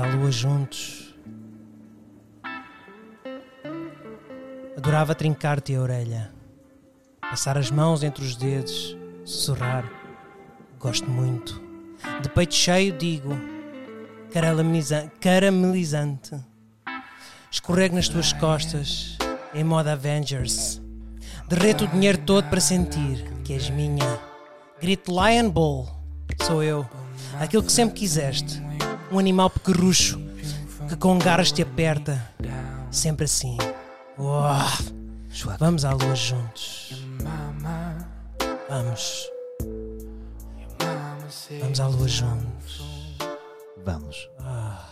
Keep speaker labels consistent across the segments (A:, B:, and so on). A: à lua juntos. Adorava trincar-te a orelha, passar as mãos entre os dedos, sussurrar. Gosto muito. De peito cheio, digo, carameliza- caramelizante. Escorrego nas tuas costas, em modo Avengers. Derreto o dinheiro todo para sentir que és minha. Grito Lion Bull, sou eu, aquilo que sempre quiseste. Um animal pequerrucho que com garras te aperta, sempre assim. Uau. Vamos à lua juntos. Vamos, vamos à lua juntos.
B: Vamos. Ah.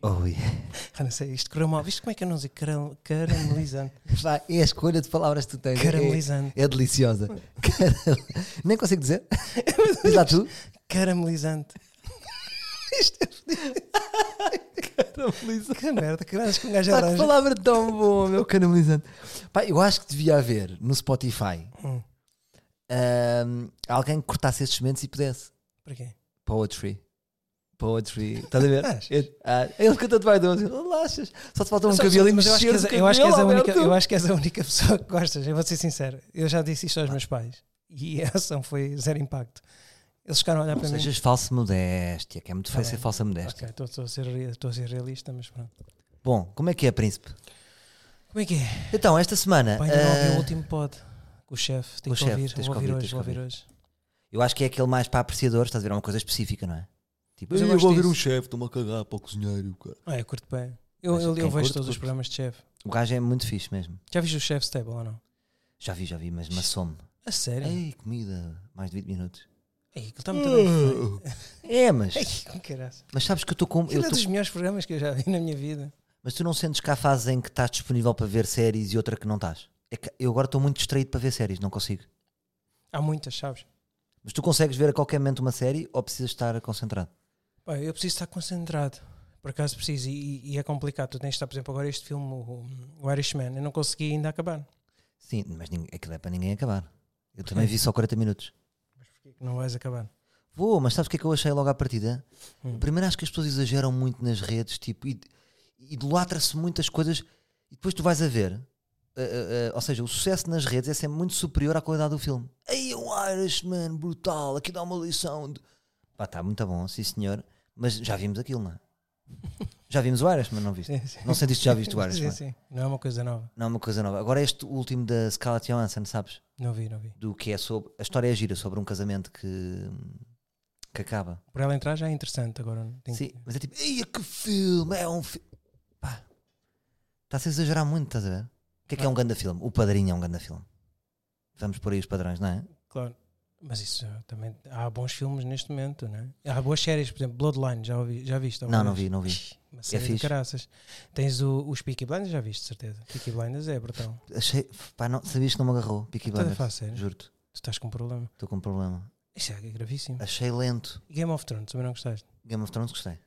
B: Oh, yeah.
A: Ah, não sei, isto correu mal. Viste como é que eu não sei? Caram- Caramelizante.
B: Pá, é a escolha de palavras que tu tens. é-
A: Caramelizante.
B: É, deliciosa. Caram- Nem consigo dizer. Diz lá tu.
A: Caramelizante.
B: é
A: Que merda, que merda, que um gajo
B: Pá, que
A: arranja.
B: palavra tão boa, meu caramelizante. Pá, eu acho que devia haver no Spotify
A: Hum.
B: ahm, alguém que cortasse estes momentos e pudesse.
A: Para quê?
B: Poetry. Poetry. Estás a ver?
A: Achas?
B: Ele- ah, Ele canta de vaidoso. Relaxas. Só te falta um
A: Só-
B: cabelo e
A: mas eu acho, que és,
B: mexeres o
A: eu acho que és a
B: cabelo,
A: única,
B: Alberto.
A: eu acho que é és a única pessoa que gostas, eu vou ser sincero. Eu já disse isto aos meus pais e a ação foi zero impacto. Eles ficaram a olhar
B: Não
A: para mim.
B: sejas falsa modéstia, que é muito feio
A: Tá
B: ser
A: bem.
B: falsa modéstia.
A: Ok, estou estou a, ser rea- estou a ser realista, mas pronto.
B: Bom, como é que é, príncipe?
A: Como é que é?
B: Então, esta semana.
A: Pai, ainda não ouvi
B: ah,
A: o último pod com o chefe. Tenho
B: o
A: que
B: chefe,
A: ouvir,
B: tens
A: vou
B: que
A: ouvir
B: ouvir,
A: hoje,
B: tens
A: vou
B: que
A: ouvir hoje.
B: Eu acho que é aquele mais para apreciadores, estás a ver? É uma coisa específica, não é? Tipo,
A: Mas eu
B: eu, vou
A: gosto
B: ouvir um
A: disso.
B: chefe, estou-me a cagar para o cozinheiro. Cara.
A: Ah, eu curto bem. Eu,
B: Mas
A: eu, eu
B: quem
A: vejo
B: curte,
A: todos os
B: curte.
A: programas de chefe.
B: O gajo é muito fixe mesmo.
A: Já viste o chefe Stable ou não?
B: Já vi, já vi, mas me assomo.
A: A sério? Ei,
B: Ei, comida, mais de 20 minutos.
A: aquilo está É. Ah. muito bem feito.
B: É, mas,
A: Ei, como que era?
B: mas sabes que eu estou com. eu
A: Aquilo é
B: tô-
A: dos melhores programas que eu já vi na minha vida.
B: mas tu não sentes que há fase em que estás disponível para ver séries e outra que não estás? É que eu agora estou muito distraído para ver séries, não consigo.
A: Há muitas, sabes?
B: Mas tu consegues ver a qualquer momento uma série ou precisas estar concentrado?
A: Pá, eu preciso estar concentrado. Por acaso preciso. E, e é complicado. Tu tens de estar, por exemplo, agora este filme, o, o Irishman. Eu não consegui ainda acabar.
B: Sim, mas ninguém, aquilo é para ninguém acabar. Eu também
A: É.
B: vi só 40 minutos.
A: Não vais acabar.
B: Vou, mas sabes o que é que eu achei logo à partida?
A: Hum.
B: Primeiro acho que as pessoas exageram muito nas redes, tipo, id- idolatra-se muitas coisas e depois tu vais a ver. ah, ah, ah, ou seja, o sucesso nas redes é sempre muito superior à qualidade do filme. Ei, o Irishman, brutal, aqui dá uma lição. De... Pá, está muito bom, sim senhor, mas já vimos aquilo, não é? Já vimos o Irishman, não viste?
A: Sim, sim.
B: Não sentiste que já viste o
A: sim,
B: Irishman?
A: sim. Não é uma coisa nova.
B: Não é uma coisa nova. Agora este último da Scarlett Johansson, sabes?
A: Não vi, não vi.
B: Do que é sobre. A história é gira sobre um casamento que, que acaba.
A: Por ela entrar já é interessante agora. Tem
B: Sim,
A: que-
B: mas é tipo, eia que filme, é um filme. Pá, está-se a exagerar muito, estás a ver? O que é que é um grande filme? O Padrinho é um grande filme. Vamos por aí os padrões, não é?
A: Claro. Mas isso também. Há bons filmes neste momento, não é? Há boas séries, por exemplo, Bloodline, já, ouvi, já viste? alguma
B: Não, não
A: vez?
B: vi, não vi.
A: Uma série de
B: fixe.
A: caraças. Tens o, os Peaky Blinders, já viste, de certeza. Peaky Blinders é brutal.
B: Achei, pá, não, sabias que não me agarrou, Peaky
A: Estás a
B: Blinders.
A: falar sério?
B: Juro-te,
A: Tu estás com um problema.
B: estou com um problema.
A: Isso é gravíssimo.
B: Achei lento.
A: E Game of Thrones, também não gostaste?
B: Game of Thrones gostei.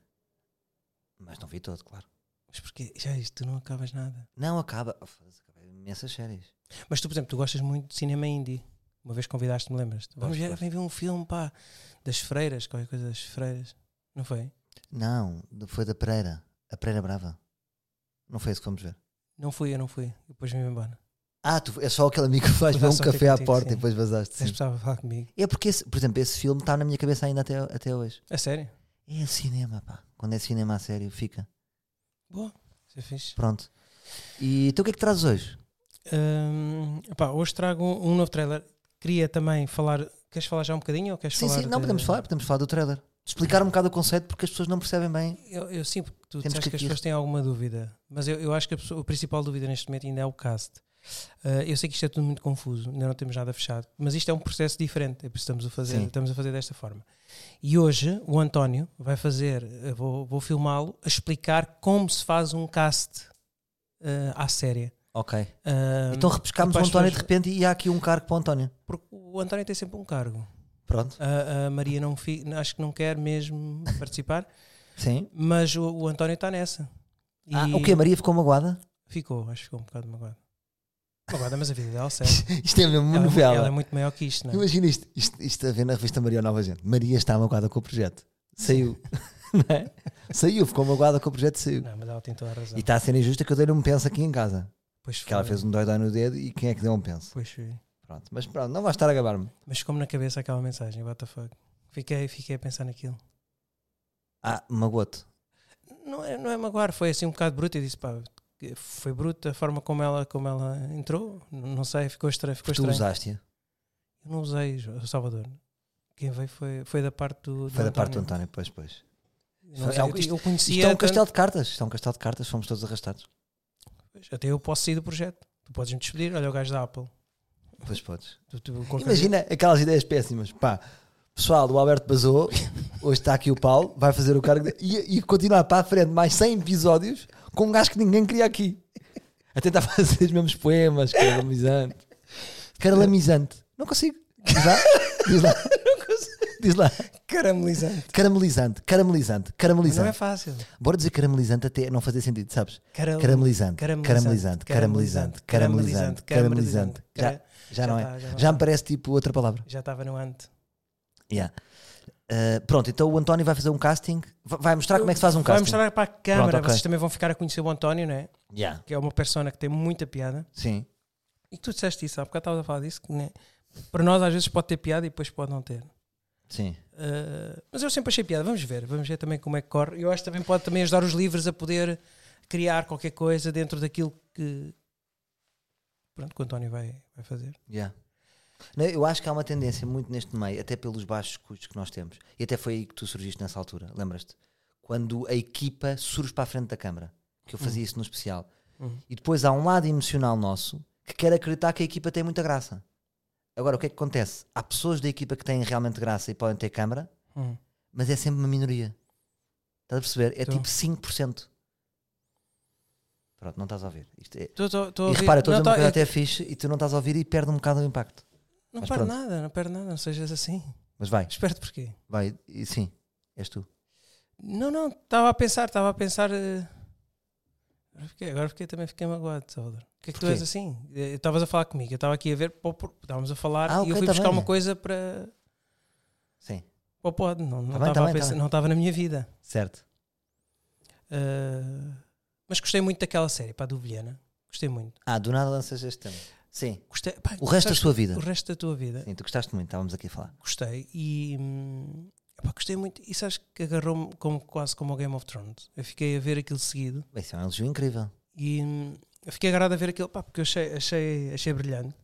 B: Mas não vi todo, claro.
A: Mas porquê? Já isto, tu não acabas nada.
B: Não, acaba. Oh, foda-se, acabei imensas séries.
A: Mas tu, por exemplo, tu gostas muito de cinema indie. Uma vez convidaste-me, lembras-te? Vamos
B: Gosto,
A: ver,
B: gosto.
A: vem ver um filme, pá, das freiras, qualquer coisa das freiras. Não foi?
B: Não, foi da Pereira. A Pereira Brava. Não foi isso que fomos ver.
A: Não fui, eu não fui. Depois vim embora.
B: Ah, tu, é só aquele amigo que
A: Pois
B: vais ver
A: vai
B: um
A: só ter
B: café à
A: contigo,
B: porta
A: sim.
B: e depois vazaste.
A: Vocês precisavam falar comigo.
B: É porque, esse- por exemplo, esse filme está na minha cabeça ainda até, até hoje.
A: A sério?
B: É cinema, pá. Quando é cinema a sério, fica.
A: Boa. Isso é fixe.
B: Pronto. E então o que é que trazes hoje?
A: Hum, pá, hoje trago um novo trailer. Queria também falar. Queres falar já um bocadinho? Ou queres
B: Sim,
A: falar
B: sim, não
A: de-
B: podemos falar, podemos falar do trailer. Explicar um bocado o conceito porque as pessoas não percebem bem.
A: Eu, eu sim, porque tu
B: Temos
A: disseste que,
B: que
A: as
B: aqui-
A: pessoas têm alguma dúvida, mas eu, eu acho que a, pessoa- a principal dúvida neste momento ainda é o cast. Ah, eu sei que isto é tudo muito confuso, ainda não temos nada fechado, mas isto é um processo diferente, é por isso estamos a fazer,
B: Sim.
A: estamos a fazer desta forma. E hoje o António vai fazer, eu vou, vou filmá-lo, a explicar como se faz um cast ah, à séria.
B: Ok.
A: Ah,
B: Então
A: e
B: repescámos o
A: para as
B: António de
A: pessoas-
B: repente e há aqui um cargo para o António.
A: porque o António tem sempre um cargo.
B: Pronto.
A: A, a Maria não fi- acho que não quer mesmo participar,
B: Sim.
A: mas o, o António está nessa.
B: Ah,
A: E-
B: o que? A Maria ficou magoada?
A: Ficou, acho que ficou um bocado magoada. Magoada, mas a vida dela serve.
B: Isto é mesmo uma
A: ela,
B: novela.
A: ela é muito maior que isto, não é?
B: Imagina isto, isto, isto a ver na revista Maria Nova Gente. Maria está magoada com o projeto. Saiu. Não é? Saiu, ficou magoada com o projeto saiu.
A: Não, mas ela tem toda a razão.
B: E está a ser injusta que eu dei-lhe um penso aqui em casa.
A: Pois
B: Que ela
A: foi,
B: fez um dói-dói no dedo e quem é que deu um penso?
A: Pois foi.
B: Pronto, mas pronto, não vais estar a gabar-me.
A: Mas ficou-me na cabeça aquela mensagem, what the fuck. Fiquei, fiquei a pensar naquilo.
B: Ah, magote.
A: Não é, não é magoar, foi assim um bocado bruto. Eu disse, pá, foi bruto a forma como ela, como ela entrou. N- Não sei, ficou estranho. Ficou
B: Tu
A: estranho.
B: usaste-a.
A: Eu não usei, Jo- Salvador. Quem veio foi, foi da parte do. do
B: Foi da parte do
A: António.
B: António, pois, pois.
A: Não
B: Foi-
A: sei,
B: é um-
A: eu-
B: isto-
A: eu conhecia.
B: Isto é um
A: tanto-
B: castelo de cartas. Isto é um castelo de cartas, fomos todos arrastados.
A: Até eu posso sair do projeto. Tu podes me despedir. Olha, o gajo da Apple.
B: Pois podes.
A: Tu- tu- qualquer-
B: Imagina aquelas ideias péssimas. Pá, pessoal, o Alberto basou. Hoje está aqui o Paulo, vai fazer o cargo de- e, e continuar para a frente mais 100 episódios com um gajo que ninguém queria aqui. A tentar fazer os mesmos poemas, caralamizante. Caralamizante. Não consigo. Diz lá. Diz lá. Diz lá.
A: Caramelizante.
B: Caramelizante, caramelizante,
A: Mas Não é
B: caramelizante.
A: fácil.
B: Bora dizer caramelizante até não fazer sentido, sabes?
A: Caram-
B: Caramelizante,
A: Caramelizante,
B: caramelizante, caramelizante, caramelizante, caramelizante. Já,
A: Cara-
B: já não
A: tá,
B: é.
A: não
B: Já
A: tá.
B: me parece tipo outra palavra.
A: Já estava no ante.
B: Yeah. Uh, pronto, então o António vai fazer um casting, va- vai mostrar como é que se faz um
A: Vai
B: casting.
A: mostrar para a câmara.
B: ok.
A: Vocês também vão ficar a conhecer o António, não é?
B: Yeah.
A: Que é uma persona que tem muita piada.
B: Sim.
A: E tu disseste isso, há bocado estavas a falar disso. Que, né? Para nós, às vezes, pode ter piada e depois pode não ter.
B: Sim.
A: Uh, mas eu sempre achei piada. Vamos ver, vamos ver também como é que corre. Eu acho que também pode também ajudar os livros a poder criar qualquer coisa dentro daquilo que. Pronto, que o António vai, vai fazer.
B: Yeah. Não, eu acho que há uma tendência muito neste meio, até pelos baixos custos que nós temos. E até foi aí que tu surgiste nessa altura, lembras-te? Quando a equipa surge para a frente da câmara, que eu fazia isso no especial.
A: Hum. Uhum.
B: E depois há um lado emocional nosso que quer acreditar que a equipa tem muita graça. Agora, o que é que acontece? Há pessoas da equipa que têm realmente graça e podem ter câmara,
A: Hum.
B: mas é sempre uma minoria. Estás a perceber? É
A: Tô.
B: tipo 5%. Pronto, não estás a ouvir. Isto é-
A: Tô- tô- tô a
B: E
A: ouvir-
B: repara, estou a
A: não, tá,
B: dizer uma
A: tô-
B: coisa até fixe e tu não estás a ouvir e perde um bocado o impacto.
A: Não
B: Mas
A: perde
B: pronto.
A: nada, não perde nada, não sejas assim.
B: Mas vai,
A: Esperto porquê?
B: vai, e sim, és tu.
A: Não, não, estava a pensar, estava a pensar. eh, Agora fiquei, agora fiquei- também fiquei magoado, Salvador. O que é que tu
B: Porquê?
A: és assim? Eh, Estavas a falar comigo, eu estava aqui a ver, pô, pô, estávamos a falar
B: Ah,
A: e
B: ok,
A: eu fui
B: tá
A: buscar
B: bem.
A: uma coisa para.
B: Sim,
A: Para o pod, não não
B: Tá bem,
A: estava
B: tá
A: a
B: bem, tá
A: pensar-
B: bem.
A: não estava na minha vida.
B: certo.
A: Uh, mas gostei muito daquela série, pá, do Vilhena. Gostei muito.
B: Ah, do nada lanças este tema. Sim,
A: Gostei, pá,
B: o resto da
A: gostaste-
B: sua vida.
A: o resto da tua vida.
B: Sim, tu gostaste muito, estávamos aqui a falar.
A: Gostei e hum, pá, gostei muito. E sabes que agarrou-me como, quase como o Game of Thrones. Eu fiquei a ver aquilo seguido
B: Bem, Isso é um elogio incrível.
A: e hum, eu fiquei agarrado a ver aquilo, pá, porque eu achei, achei, achei brilhante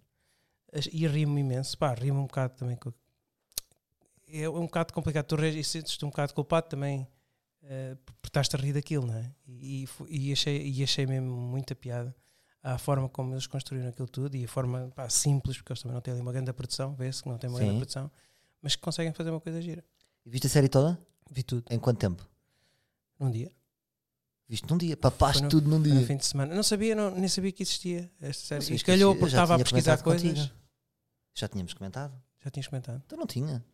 A: Ach- e rimo imenso. Pá, rimo um bocado também. Com... É um bocado complicado. Tu re- e sentes-te um bocado culpado também eh, por por estás-te a rir daquilo, não é? E, e fo- e achei, e achei mesmo muita piada a forma como eles construíram aquilo tudo e a forma pá, simples, porque eles também não têm ali uma grande produção, vê-se que não têm uma grande
B: Sim.
A: produção, mas que conseguem fazer uma coisa gira.
B: E viste a série toda?
A: Vi tudo
B: Em quanto tempo?
A: num dia,
B: Viste num dia, papaste
A: Foi no-
B: tudo num
A: num
B: dia.
A: fim de semana. Não sabia, não, nem sabia que existia esta série.
B: Não sei
A: E
B: se
A: calhou
B: eu
A: porque
B: já
A: estava a
B: tinha
A: pesquisar
B: comentado
A: coisas.
B: contigo. Já tínhamos comentado?
A: Já tinhas comentado.
B: Então não tinha.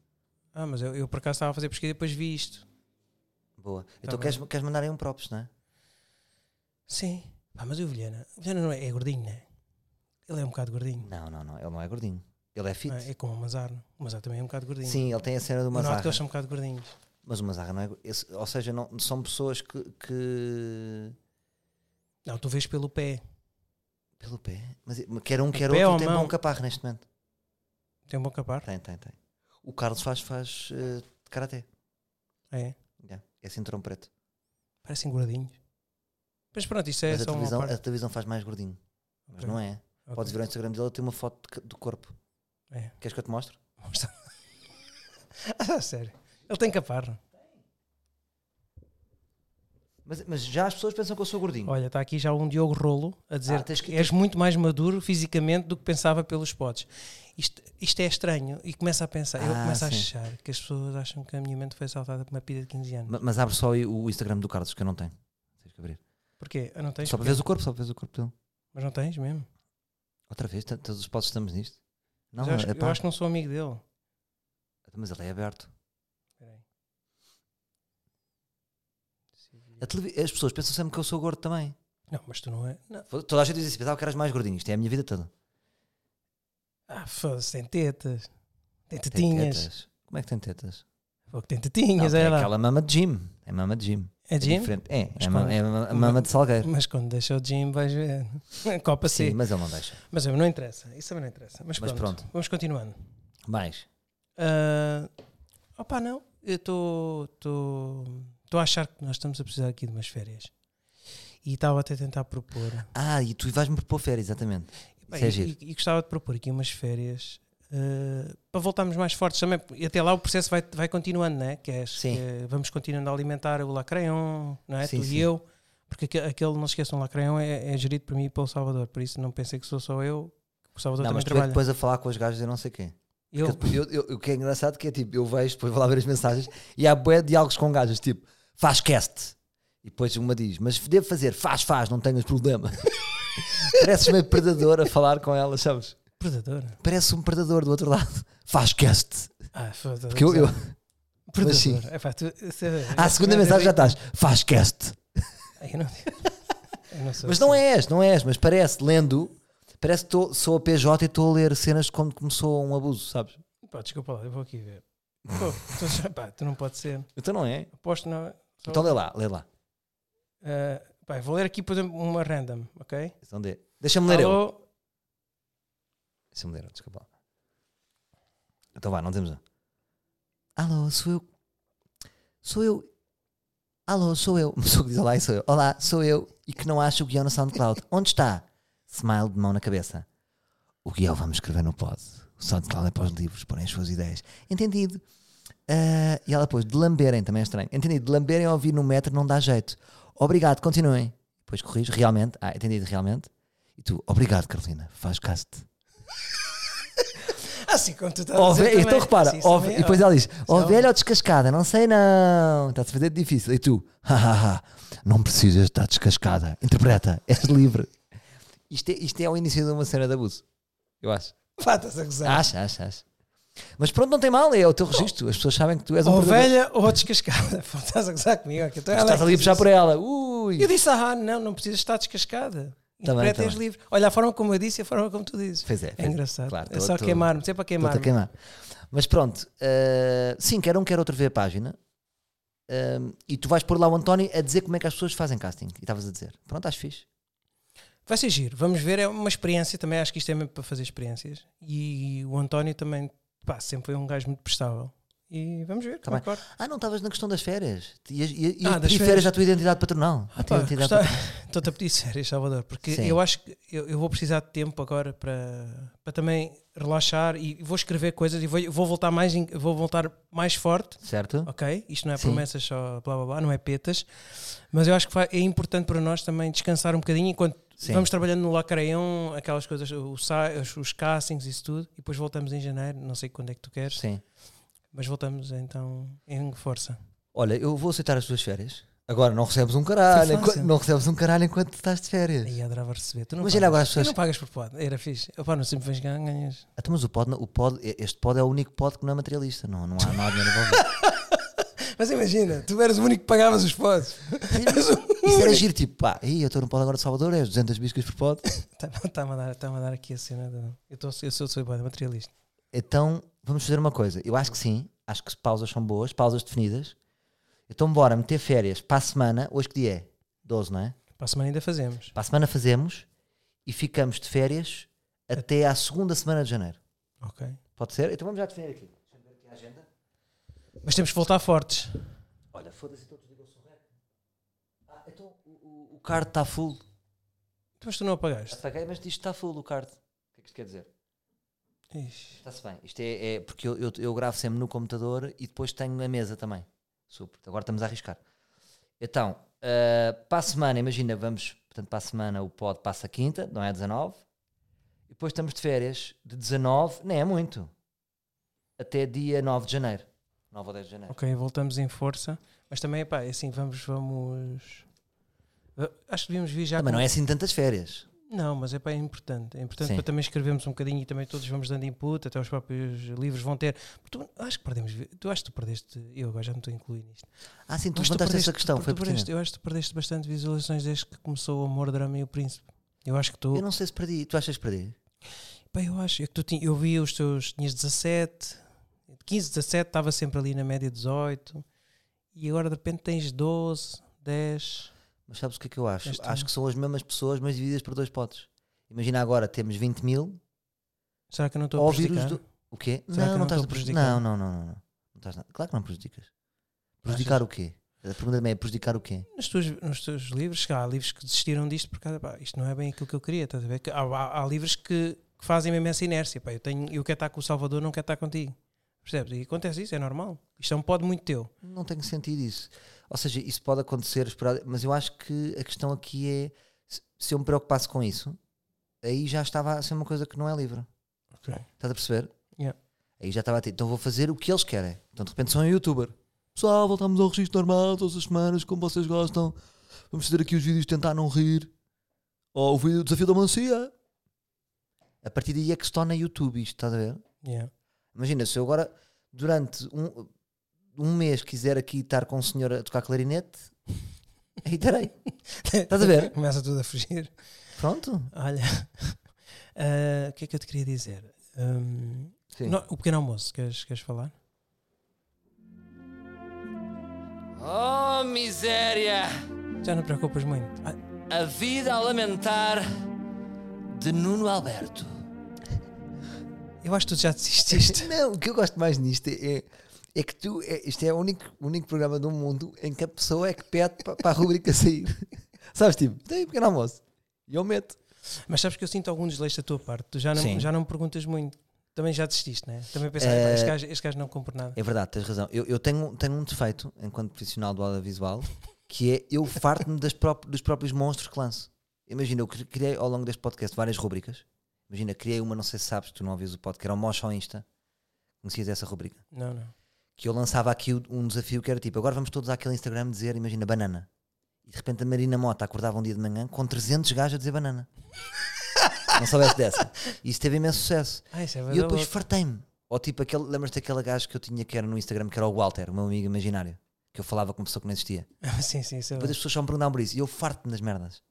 A: Ah, mas eu, eu por acaso estava a fazer pesquisa e depois vi isto.
B: Boa. Então
A: Tá bem.
B: queres, queres mandar aí um props, não é?
A: Sim. Ah, mas e o Vilhena? O Vilhena não é, é gordinho, não é? Ele é um bocado gordinho.
B: Não, não, não. Ele não é gordinho. Ele é fit.
A: não é? É como o Mazar. não? O Mazar também é um bocado gordinho.
B: Sim, ele tem a cena do
A: Mas
B: Mazarra.
A: que eles são um bocado gordinhos.
B: Mas o Mazarra não é. esse- ou seja, não, são pessoas que, que-
A: Não, tu vês pelo pé.
B: Pelo pé. Mas quer um, quer
A: É pé ou
B: outro,
A: a
B: tem
A: mão?
B: bom caparro neste momento.
A: Tem um bom capar.
B: Tem, tem, tem. O Carlos faz, faz eh, karaté.
A: É.
B: Yeah. É cinturão preto.
A: Parecem gordinhos. Mas pronto, isso é
B: Mas a
A: só uma
B: televisão,
A: parte.
B: a televisão faz mais gordinho. Mas
A: Ok.
B: não é.
A: Ok.
B: Podes ver o Instagram dele, ele tem uma foto de c- do corpo.
A: É.
B: Queres que eu te mostre?
A: Ah, sério. Ele tem caparro.
B: Mas, mas já as pessoas pensam que eu sou gordinho.
A: Olha, está aqui já um Diogo Rolo a dizer
B: Ah,
A: que,
B: tens que-
A: és muito mais maduro fisicamente do que pensava pelos potes. Isto, isto é estranho e começa a pensar, eu
B: Ah,
A: começo a
B: sim.
A: achar que as pessoas acham que a minha mente foi assaltada por uma pilha de 15 anos.
B: Ma- Mas abre só aí o Instagram do Carlos, que eu não tenho. Tens que abrir.
A: Porquê? Ah, não tens?
B: Só para veres o corpo, só para veres o corpo dele.
A: Mas não tens mesmo?
B: Outra vez, t- todos os podes estamos nisto. Não,
A: Mas eu, acho,
B: é
A: eu
B: pá.
A: acho que não sou amigo dele.
B: Mas ele é aberto.
A: Espera aí.
B: A televi- As pessoas pensam sempre que eu sou gordo também.
A: Não, mas tu não é. Não.
B: Foda- Toda a gente diz assim, pensava que eras mais gordinho. Isto é a minha vida toda.
A: Ah, foda-se, tem tetas. Tem
B: Tem
A: tetinhas.
B: tetas. Como é que tem tetas?
A: Pouco tentatinhas,
B: Não,
A: olha
B: é
A: lá.
B: aquela mama de Jim. É mama de Jim.
A: É Jim?
B: diferente. É,
A: Mas
B: é, ma-
A: quando-
B: é ma- a mama de salgueiro.
A: Mas quando deixou o Jim, vais ver. Copa C.
B: Sim, mas ele não deixa.
A: Mas não interessa. Isso também não interessa. Mas,
B: Mas
A: pronto,
B: pronto.
A: Vamos continuando.
B: Mais.
A: Ah, opá, não. Eu estou a achar que nós estamos a precisar aqui de umas férias. E estava até a tentar propor.
B: Ah, e tu vais-me propor férias, exatamente.
A: Pá,
B: Isso é
A: e,
B: giro.
A: e- e gostava de propor aqui umas férias eh, para voltarmos mais fortes também. E até lá o processo vai, vai continuando, não é? Que é-
B: Sim.
A: que é- vamos continuando a alimentar o Lacreon, não é?
B: Sim,
A: tu
B: sim.
A: e eu. Porque aque- aquele, não se esqueçam, o Lacreon é, é gerido por mim e pelo Salvador. Por isso não pensei que sou só eu. que O Salvador
B: Não, mas
A: também
B: tu é
A: trabalha.
B: depois a falar com as gajas e não sei quem.
A: Eu,
B: Porque eu- eu- eu- O que é engraçado que é tipo, eu vejo, depois vou lá ver as mensagens e há bué de diálogos com gajas, tipo, faz cast. E depois uma diz, mas devo fazer, faz, faz, não tenhas problema. Pareces meio predador a falar com ela, sabes?
A: predador.
B: Parece um predador do outro lado. Faz cast.
A: Ah, foda-se.
B: Porque eu, eu,
A: Predador.
B: mas sim.
A: Epá, tu- é- se-
B: à segunda mensagem já estás, faz cast.
A: Eu não, eu não sou
B: Mas não
A: assim.
B: és, não és, mas parece, lendo, parece que tô- sou a PJ e estou a ler cenas de quando começou um abuso, sabes?
A: Pá, desculpa lá, eu vou aqui ver. Pô, tu, pá, tu não pode ser.
B: Então não é.
A: Aposto que não. só-
B: Então lê lá, lê lá.
A: Uh, bem, vou ler aqui, por exemplo, uma random, ok?
B: Então dê. Deixa-me ler eu.
A: Alô?
B: Se me deram, é desculpa. lá. Então vá, não temos um. Alô, sou eu. Sou eu. Alô, sou eu. Uma pessoa que diz olá e sou eu. Olá, sou eu. E que não acha o guião no SoundCloud. Onde está? Smile de mão na cabeça. O guião vamos escrever no pod. O SoundCloud é para os livros, porém as suas ideias. Entendido. Ah, e ela pôs, de lamberem, também é estranho. Entendido, de lamberem ao ouvir no metro não dá jeito. Obrigado, continuem. Depois corrijo, realmente. Ah, entendido, realmente. E tu, obrigado, Carolina, faz caste.
A: Assim como tu estás a
B: Ó,
A: dizer
B: velho, então
A: também.
B: repara,
A: Sim, isso
B: ó,
A: também,
B: e depois
A: ó.
B: ela diz: Ó
A: Isso é
B: velho ou descascada? Não sei não. Está-se a fazer difícil. E tu, hahaha, não precisas estar descascada. Interpreta, és livre. Isto é, isto é o início de uma cena de abuso. Eu acho.
A: Pá, estás a gozar.
B: Acho, acho, acho. Mas pronto, não tem mal, é o teu registro. As pessoas sabem que tu és um
A: ou
B: predador.
A: velha ou descascada. Pá, estás a gozar comigo. ok? Então
B: Mas
A: ela é
B: Estás
A: que
B: ali a
A: diz
B: puxar
A: isso.
B: por ela. Ui.
A: Eu disse, ah, não, não precisas estar descascada.
B: Também,
A: Interpreta és
B: também.
A: livre. Olha a forma como eu disse e a forma como tu dizes.
B: Pois é,
A: É
B: pois é.
A: engraçado.
B: Claro,
A: é
B: tô-
A: só
B: tô-
A: queimar-me, sempre a
B: Estou-te
A: queimar-me.
B: a queimar. Mas pronto, eh, sim, quer um, quer outro ver a página. Ehm, e tu vais pôr lá o António a dizer como é que as pessoas fazem casting. E estavas a dizer: Pronto, acho fixe.
A: Vai ser giro, vamos ver, é uma experiência também, acho que isto é mesmo para fazer experiências. E o António também, pá, sempre foi um gajo muito prestável. E vamos ver,
B: Tá
A: como é
B: bem.
A: que corre.
B: Ah, não, estavas na questão das férias. Ias, ias,
A: Ah,
B: ias
A: das
B: pedir
A: férias.
B: férias à tua identidade patronal. À tua
A: Pá,
B: identidade
A: gostava-
B: patronal.
A: Estou-te a pedir sério, Salvador, porque
B: Sim.
A: eu acho que eu, eu vou precisar de tempo agora para, para também relaxar e vou escrever coisas e vou, vou voltar mais em- vou voltar mais forte,
B: Certo?
A: ok? Isto não é
B: Sim.
A: promessas só blá blá blá, não é petas, mas eu acho que fa- é importante para nós também descansar um bocadinho enquanto
B: Sim.
A: vamos trabalhando no Lacareião, aquelas coisas, o sa- os, os castings, isso tudo, e depois voltamos em janeiro, não sei quando é que tu queres,
B: Sim.
A: mas voltamos então em força.
B: Olha, eu vou aceitar as tuas férias. Agora não recebes um caralho.
A: Foi fácil.
B: enquanto- não recebes um caralho enquanto estás de férias.
A: Aí adorava receber. Tu não
B: Mas
A: pagas,
B: olha agora as
A: tu
B: pessoas.
A: não pagas por pod, era fixe. Opá, não sempre vens ganhar, ganhas.
B: Ah, então, mas o pod, não- o pod, este pod é o único pod que não é materialista. Não, não há nada dinheiro envolvido.
A: Mas imagina, tu eras o único que pagavas os podes.
B: Isso era giro, tipo, pá, "Ih, eu estou num pod agora de Salvador, és 200 biscas por pod.
A: Está-me a, dar- Tá, tá-me a dar aqui a cena. do- Eu, tô, eu sou, sou bué materialista.
B: Então vamos fazer uma coisa. Eu acho que sim, acho que pausas são boas, pausas definidas. Então bora meter férias para a semana. Hoje que dia é? 12, não é?
A: Para a semana ainda fazemos.
B: Para a semana fazemos e ficamos de férias até à segunda semana de janeiro.
A: Ok.
B: Pode ser? Então vamos já definir aqui.
A: Mas temos que voltar fortes.
B: Olha, foda-se, então desligou-se o rec. Ah, então o, o- o card está full.
A: Tu, Então, Mas tu não apagaste.
B: Apaguei, mas diz que está full o card. O que é que isto quer dizer?
A: Ixi.
B: Está-se bem. Isto é, é porque eu, eu, eu gravo sempre no computador e depois tenho a mesa também. Super. Agora estamos a arriscar. Então, ah, para a semana, imagina, vamos. Portanto, para a semana o pod passa a quinta, não é 19. E depois estamos de férias de 19, nem é muito. Até dia 9 de janeiro. 9 ou 10 de janeiro.
A: Ok, voltamos em força. Mas também, pá, é assim, vamos, vamos... Ah, Acho que devíamos vir já...
B: Também
A: com-
B: não é assim tantas férias.
A: Não, mas é, pá, é importante. É importante
B: Sim.
A: para também escrevermos um bocadinho e também todos vamos dando input, até os próprios livros vão ter. Tu, acho que perdemos... Tu acho que tu perdeste... Eu agora já me estou a incluir nisto.
B: Ah, sim, tu
A: Mas tu
B: levantaste
A: perdeste-
B: essa questão.
A: tu-
B: Foi
A: tu perdeste,
B: pertinente.
A: Eu acho que tu perdeste bastante visualizações desde que começou o Amor, Drama e o Príncipe. Eu acho que tu.
B: Eu
A: pá, Eu,
B: não sei se perdi. Tu achas que perdi?
A: acho. É que tu tinha, eu vi os teus. Tinhas 17, 15, 17 estava sempre ali na média 18 e agora de repente tens 12, 10.
B: Mas sabes o que é que eu acho?
A: Este
B: Acho
A: não.
B: que são as mesmas pessoas, mas divididas por dois potes. Imagina agora temos 20 mil
A: Será que eu não estou
B: ao
A: a
B: ouvir os
A: prejudicar?
B: do- O quê?
A: Será que eu
B: não,
A: não
B: estás
A: estou
B: a
A: a
B: prejudicar.
A: prejudicar?
B: Não, não, não, não, não. Não estás nada. Claro que não prejudicas. Prejudicar o quê? A pergunta-me é prejudicar o quê?
A: Nos, teus, nos teus livros, cá, há livros que desistiram disto por causa, pá, isto não é bem aquilo que eu queria, estás a ver? Que Há, há- há livros que, que fazem mesmo essa inércia, pá, eu, tenho, eu quero estar com o Salvador, não quero estar contigo. Percebes? E acontece isso, é normal. Isto é um pode muito teu.
B: Não tenho sentido isso. Ou seja, isso pode acontecer, esperado, mas eu acho que a questão aqui é se- se eu me preocupasse com isso, aí já estava a ser uma coisa que não é livre. Estás a perceber?
A: Yeah.
B: Aí já estava a ter. Então vou fazer o que eles querem. Então de repente sou um youtuber. Pessoal, voltamos ao registro normal todas as semanas, como vocês gostam. Vamos fazer aqui os vídeos de tentar não rir. Ou o vídeo do desafio da mancia. A partir daí é que se torna YouTube isto, estás a ver?
A: Yeah.
B: Imagina, se eu agora durante um, um mês quiser aqui estar com um senhor a tocar clarinete, aí estarei. Estás a ver?
A: Começa tudo a fugir.
B: Pronto.
A: Olha, ah, o que é que eu te queria dizer? Hum,
B: Sim.
A: não, o pequeno almoço, queres, queres falar?
C: Oh, miséria!
A: Já não te preocupas muito. Ah,
C: A vida a lamentar de Nuno Alberto.
A: eu acho que tu já desististe.
B: Não, o que eu gosto mais nisto é, é que tu, é, isto é o único, o único programa do mundo em que a pessoa é que pede para a rubrica sair. Sabes, tipo, tem um pequeno almoço. E eu meto.
A: Mas sabes que eu sinto algum desleixo da tua parte. Tu já não,
B: Sim.
A: já não me perguntas muito. Também já desististe, né? Também pensaste,
B: Eh,
A: "Pá, este, gajo, este gajo não compra nada.
B: É verdade, tens razão. Eu, eu tenho, tenho um defeito enquanto profissional do audiovisual que é eu farto-me das pró- dos próprios monstros que lanço. Imagina, eu cri- criei ao longo deste podcast várias rubricas. Imagina, criei uma, não sei se sabes, tu não ouvias o podcast, que era o Mocha ao Insta. Conhecias essa rubrica?
A: Não, não.
B: que eu lançava aqui o- um desafio que era tipo, agora vamos todos àquele Instagram dizer, imagina, banana. E de repente a Marina Mota acordava um dia de manhã com 300 gajos a dizer banana. Não soubesse dessa. E isso teve imenso sucesso.
A: Ah, isso é
B: E eu depois
A: verdade.
B: fartei-me. Ou tipo, aquele, lembras-te daquele gajo que eu tinha que era no Instagram, que era o Walter, o meu amigo imaginário, que eu falava com pessoa que não existia.
A: sim, sim, isso é
B: Depois as
A: verdade.
B: pessoas só me perguntavam por isso. E eu farto-me das merdas.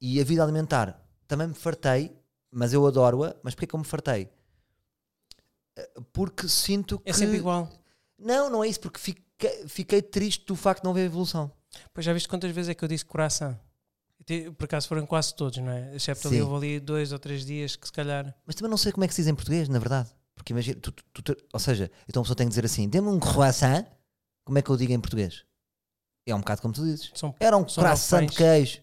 B: E a vida alimentar também me fartei, mas eu adoro-a. Mas porquê que eu me fartei? Eh, Porque sinto que.
A: É sempre igual.
B: Não, não é isso, porque fiquei, fiquei triste do facto de não haver evolução.
A: Pois já viste quantas vezes é que eu disse coração? Eu te- Por acaso foram quase todos, não é? Excepto ali,
B: Sim.
A: eu vou ali dois ou três dias que se calhar.
B: Mas também não sei como é que se diz em português, na verdade. Porque imagina, tu- tu- tu- ou seja, então a pessoa tem que dizer assim: dê-me um croissant, como é que eu digo em português? É um bocado como tu dizes.
A: São,
B: Era um
A: São nove
B: croissant de
A: pães.
B: queijo,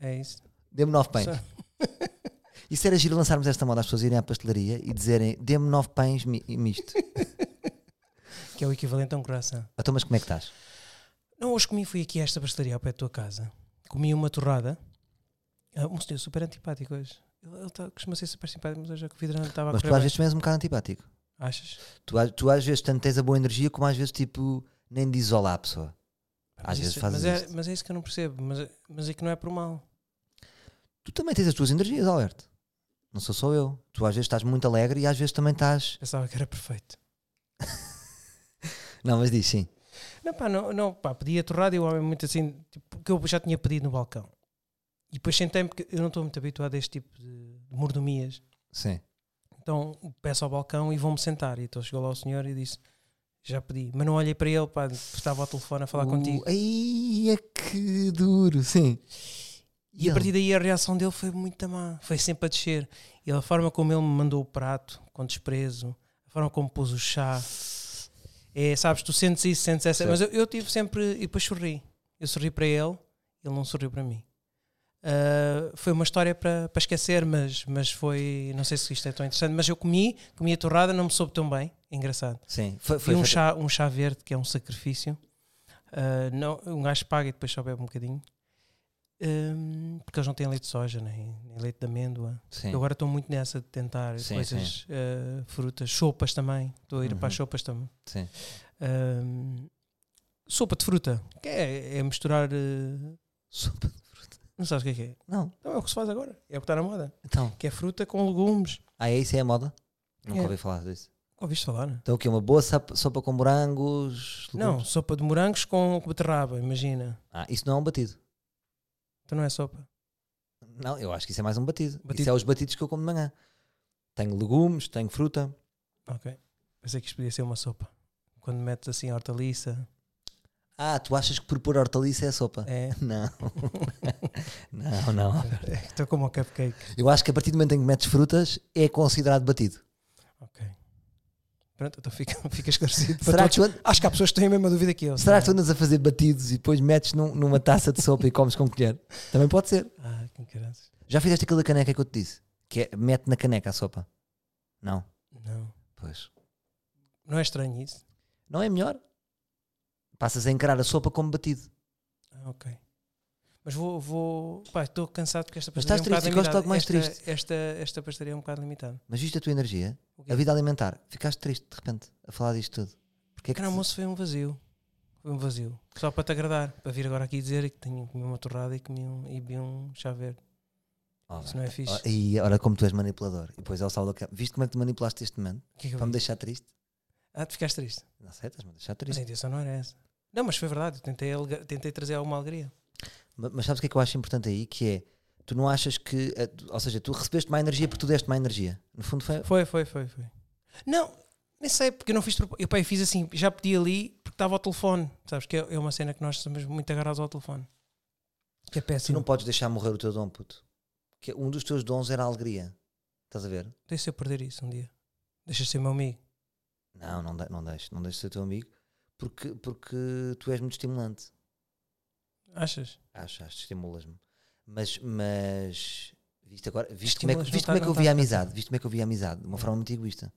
A: é isso.
B: dê-me nove pães.
A: São-
B: Isso era giro lançarmos esta moda, as pessoas irem à pastelaria e dizerem: dê-me nove pães mi- e misto.
A: Que é o equivalente a um coração.
B: então, mas como é que estás?
A: Não, hoje comi, fui aqui a esta pastelaria ao pé da tua casa. Comi uma torrada. Ah, um senhor super antipático hoje. Ele, ele tá- costuma ser super simpático, mas hoje é que o vidro não estava a
B: Mas
A: correr
B: tu às
A: bem.
B: vezes também és um bocado antipático.
A: Achas?
B: Tu, às- tu às vezes tanto tens a boa energia como às vezes tipo nem dizes olá à pessoa. Às
A: Mas
B: vezes
A: isso-
B: fazes
A: mas é,
B: isto.
A: mas é isso que eu não percebo. Mas, é- mas é que não é por mal.
B: Tu também tens as tuas energias, Alberto. Não sou só eu. Tu às vezes estás muito alegre e às vezes também estás.
A: Pensava que era perfeito.
B: Não, mas diz sim.
A: Não, pá, não, não, pá, pedi a torrada e o homem muito assim, tipo, que eu já tinha pedido no balcão. E depois sentei-me, porque eu não estou muito habituado a este tipo de mordomias.
B: Sim.
A: Então peço ao balcão e vou-me sentar. E então chegou lá o senhor e disse: Já pedi. Mas não olhei para ele, pá, estava ao telefone a falar
B: O-
A: contigo.
B: Ai, é que duro, sim.
A: E a partir daí a reação dele foi muito má. Foi sempre a descer. E a forma como ele me mandou o prato, com desprezo, a forma como pôs o chá. É, sabes, tu sentes isso, sentes essa.
B: Certo.
A: Mas eu, eu tive sempre. E depois sorri. Eu sorri para ele, ele não sorriu para mim. Ah, foi uma história para para esquecer, mas, mas foi. Não sei se isto é tão interessante, mas eu comi, comi a torrada, não me soube tão bem. é Engraçado.
B: Sim, foi,
A: Foi
B: foi
A: um
B: foi-
A: chá, um chá verde que é um sacrifício. Ah, não, um gajo paga e depois só bebe um bocadinho. Ahm, porque eles não têm leite de soja, nem, nem leite de amêndoa.
B: Sim.
A: Eu agora estou muito nessa de tentar
B: Sim,
A: coisas, ah, frutas, sopas também. Estou a ir
B: Uhum.
A: para as sopas também.
B: sim.
A: Ahm, sopa de fruta, que é, é misturar. ah,
B: Sopa de fruta.
A: não sabes o que é que é?
B: Não,
A: Não, é o que se faz agora. É o que está na moda.
B: então.
A: Que é fruta com legumes.
B: Ah, é isso? É a moda? Nunca
A: É.
B: ouvi falar disso.
A: Ouviste falar? Não?
B: Então o quê? Uma boa sopa, sopa com morangos?
A: não,
B: legumes?
A: sopa de morangos com beterraba, imagina.
B: Ah, isso não é um batido.
A: Então não é sopa.
B: Não, eu acho que isso é mais um batido.
A: Batido.
B: Isso é os batidos que eu como de manhã. Tenho legumes, tenho fruta.
A: Ok. Pensei que isto podia ser uma sopa. Quando metes assim a hortaliça,
B: Ah, tu achas que por pôr hortaliça é a sopa?
A: é.
B: Não. não, não. Alberto.
A: Estou como um cupcake.
B: Eu acho que a partir do momento em que metes frutas é considerado batido.
A: Ok. Pronto, então fica, fica esclarecido. para
B: Será
A: todos.
B: que, tu an-
A: Acho que há pessoas que têm a mesma dúvida que eu.
B: será que tu
A: sabe?
B: andas a fazer batidos e depois metes num- numa taça de sopa e comes com colher? Também pode ser.
A: Ah, que encaranças.
B: Já fizeste aquela caneca que eu te disse? Que é mete na caneca a sopa? Não.
A: Não.
B: Pois.
A: Não é estranho isso?
B: Não é melhor? Passas a encarar a sopa como batido.
A: Ah, ok. Mas vou. vou... Pá, estou cansado porque esta
B: Mas
A: pastelaria
B: estás
A: é um bocado
B: triste, eu gosto de algo mais
A: limitada. esta, Esta, esta pastelaria é um bocado limitada.
B: Mas viste a tua energia,
A: O quê?
B: a vida é alimentar, ficaste triste de repente a falar disto tudo. Porque é que
A: Cara,
B: te-
A: almoço foi um vazio. Foi um vazio. Só para te agradar. Para vir agora aqui dizer que tenho comi uma torrada e comi um, e bebi um chá verde.
B: Oh,
A: Isso não é fixe.
B: oh, e olha como tu és manipulador. E depois é o Salvador que... Viste como é que te manipulaste este momento?
A: O que é que eu
B: Para me
A: vi?
B: deixar triste?
A: Ah, tu ficaste triste.
B: Não sei, estás-me a deixar
A: Mas
B: triste.
A: a intenção não era essa. Não, mas foi verdade. Eu tentei, alega- tentei trazer alguma alegria.
B: Ma- Mas sabes o que é que eu acho importante aí? Que é, tu não achas que... eh, tu- Ou seja, tu recebeste má energia porque tu deste má energia. No fundo foi...
A: Foi, foi, foi, foi. Não, nem sei, porque eu não fiz. de propó- Eu, pá, eu fiz assim, já pedi ali porque estava ao telefone. Sabes que é é uma cena que nós somos muito agarrados ao telefone. Que é
B: Tu
A: péssimo.
B: não podes deixar morrer o teu dom, puto. Que um dos teus dons era a alegria. Estás a ver?
A: Deixa eu perder isso um dia. Deixa de ser meu amigo.
B: Não, não, de, não deixes. Não deixes de ser teu amigo porque, porque tu és muito estimulante.
A: Achas?
B: Acho, acho, estimulas-me. Mas, mas viste agora, viste como é, que-
A: Estimulas,
B: viste
A: não Hum.
B: como é que eu
A: tá-
B: vi a
A: não tá-
B: amizade? Viste como é que eu vi a amizade? De uma forma muito egoísta.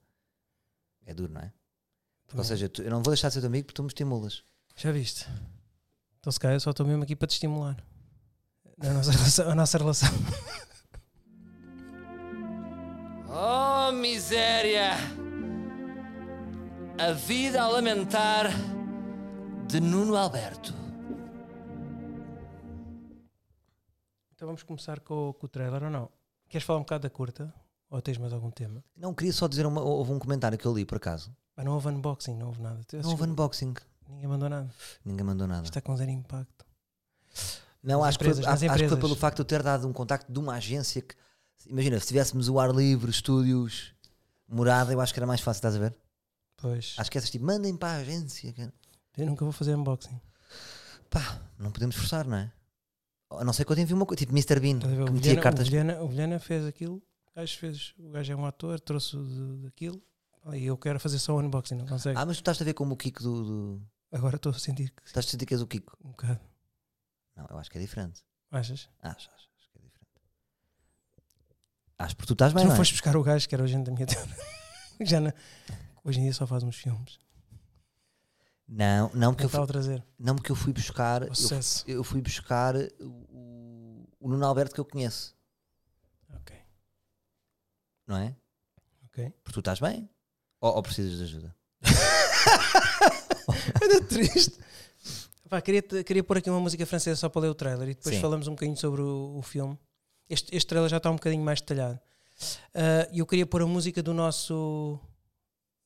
B: É duro, não é? Porque, ou seja, tu- eu não vou deixar de ser teu amigo porque tu me estimulas.
A: Já viste? Então se calhar eu só estou mesmo aqui para te estimular. A nossa relação. A nossa relação.
C: Oh, miséria! A vida a lamentar de Nuno Alberto.
A: Então vamos começar com, o- com o trailer ou não? Queres falar um bocado da curta? Ou tens mais algum tema?
B: Não, queria só dizer, uma, houve um comentário que eu li por acaso.
A: Ah, não houve unboxing, não houve nada.
B: Não houve unboxing.
A: Ninguém mandou nada.
B: Ninguém mandou nada.
A: Isto está com zero impacto.
B: Não,
A: Nas
B: acho, que foi-
A: empresas,
B: a-
A: nas
B: acho que foi
A: empresas.
B: pelo facto de eu ter dado um contacto de uma agência que. Imagina, se tivéssemos o ar livre, estúdios, morada, eu acho que era mais fácil, estás a ver?
A: Pois.
B: Acho que essas tipo, mandem para a agência. cara.
A: Eu nunca vou fazer
B: Hum.
A: unboxing.
B: Pá, não podemos forçar, não é? A não ser que eu te envie uma coisa, tipo Mr. Bean,
A: Estás a ver?
B: que
A: O é um
B: metia
A: Vilhena,
B: cartas.
A: o, Vilhena, o Vilhena fez aquilo. O gajo, fez, o gajo é um ator, trouxe de- daquilo. E eu quero fazer só unboxing, não consegue.
B: Ah, mas tu estás a ver como o Kiko do. do-
A: Agora estou a sentir que
B: Estás a sentir que és o Kiko?
A: um bocado.
B: Não, eu acho que é diferente.
A: Achas?
B: Acho, acho, acho que é diferente. Acho porque tu estás bem,
A: tu
B: não,
A: não
B: é?
A: foste buscar o gajo que era o gente da minha terra. Já na- Hoje em dia só faz uns filmes.
B: Não, não, porque eu
A: Tentar
B: fui,
A: o trazer.
B: não porque eu fui buscar.
A: O
B: Eu,
A: sucesso.
B: eu fui buscar o, o Nuno Alberto que eu conheço.
A: Ok.
B: Não é?
A: Ok.
B: Porque tu estás bem? Ou, ou precisas de ajuda?
A: Era triste. Pá, queria, te- queria pôr aqui uma música francesa só para ler o trailer e depois
B: Sim.
A: falamos um bocadinho sobre o, o filme. Este, este trailer já está um bocadinho mais detalhado. Ah, E eu queria pôr a música do nosso.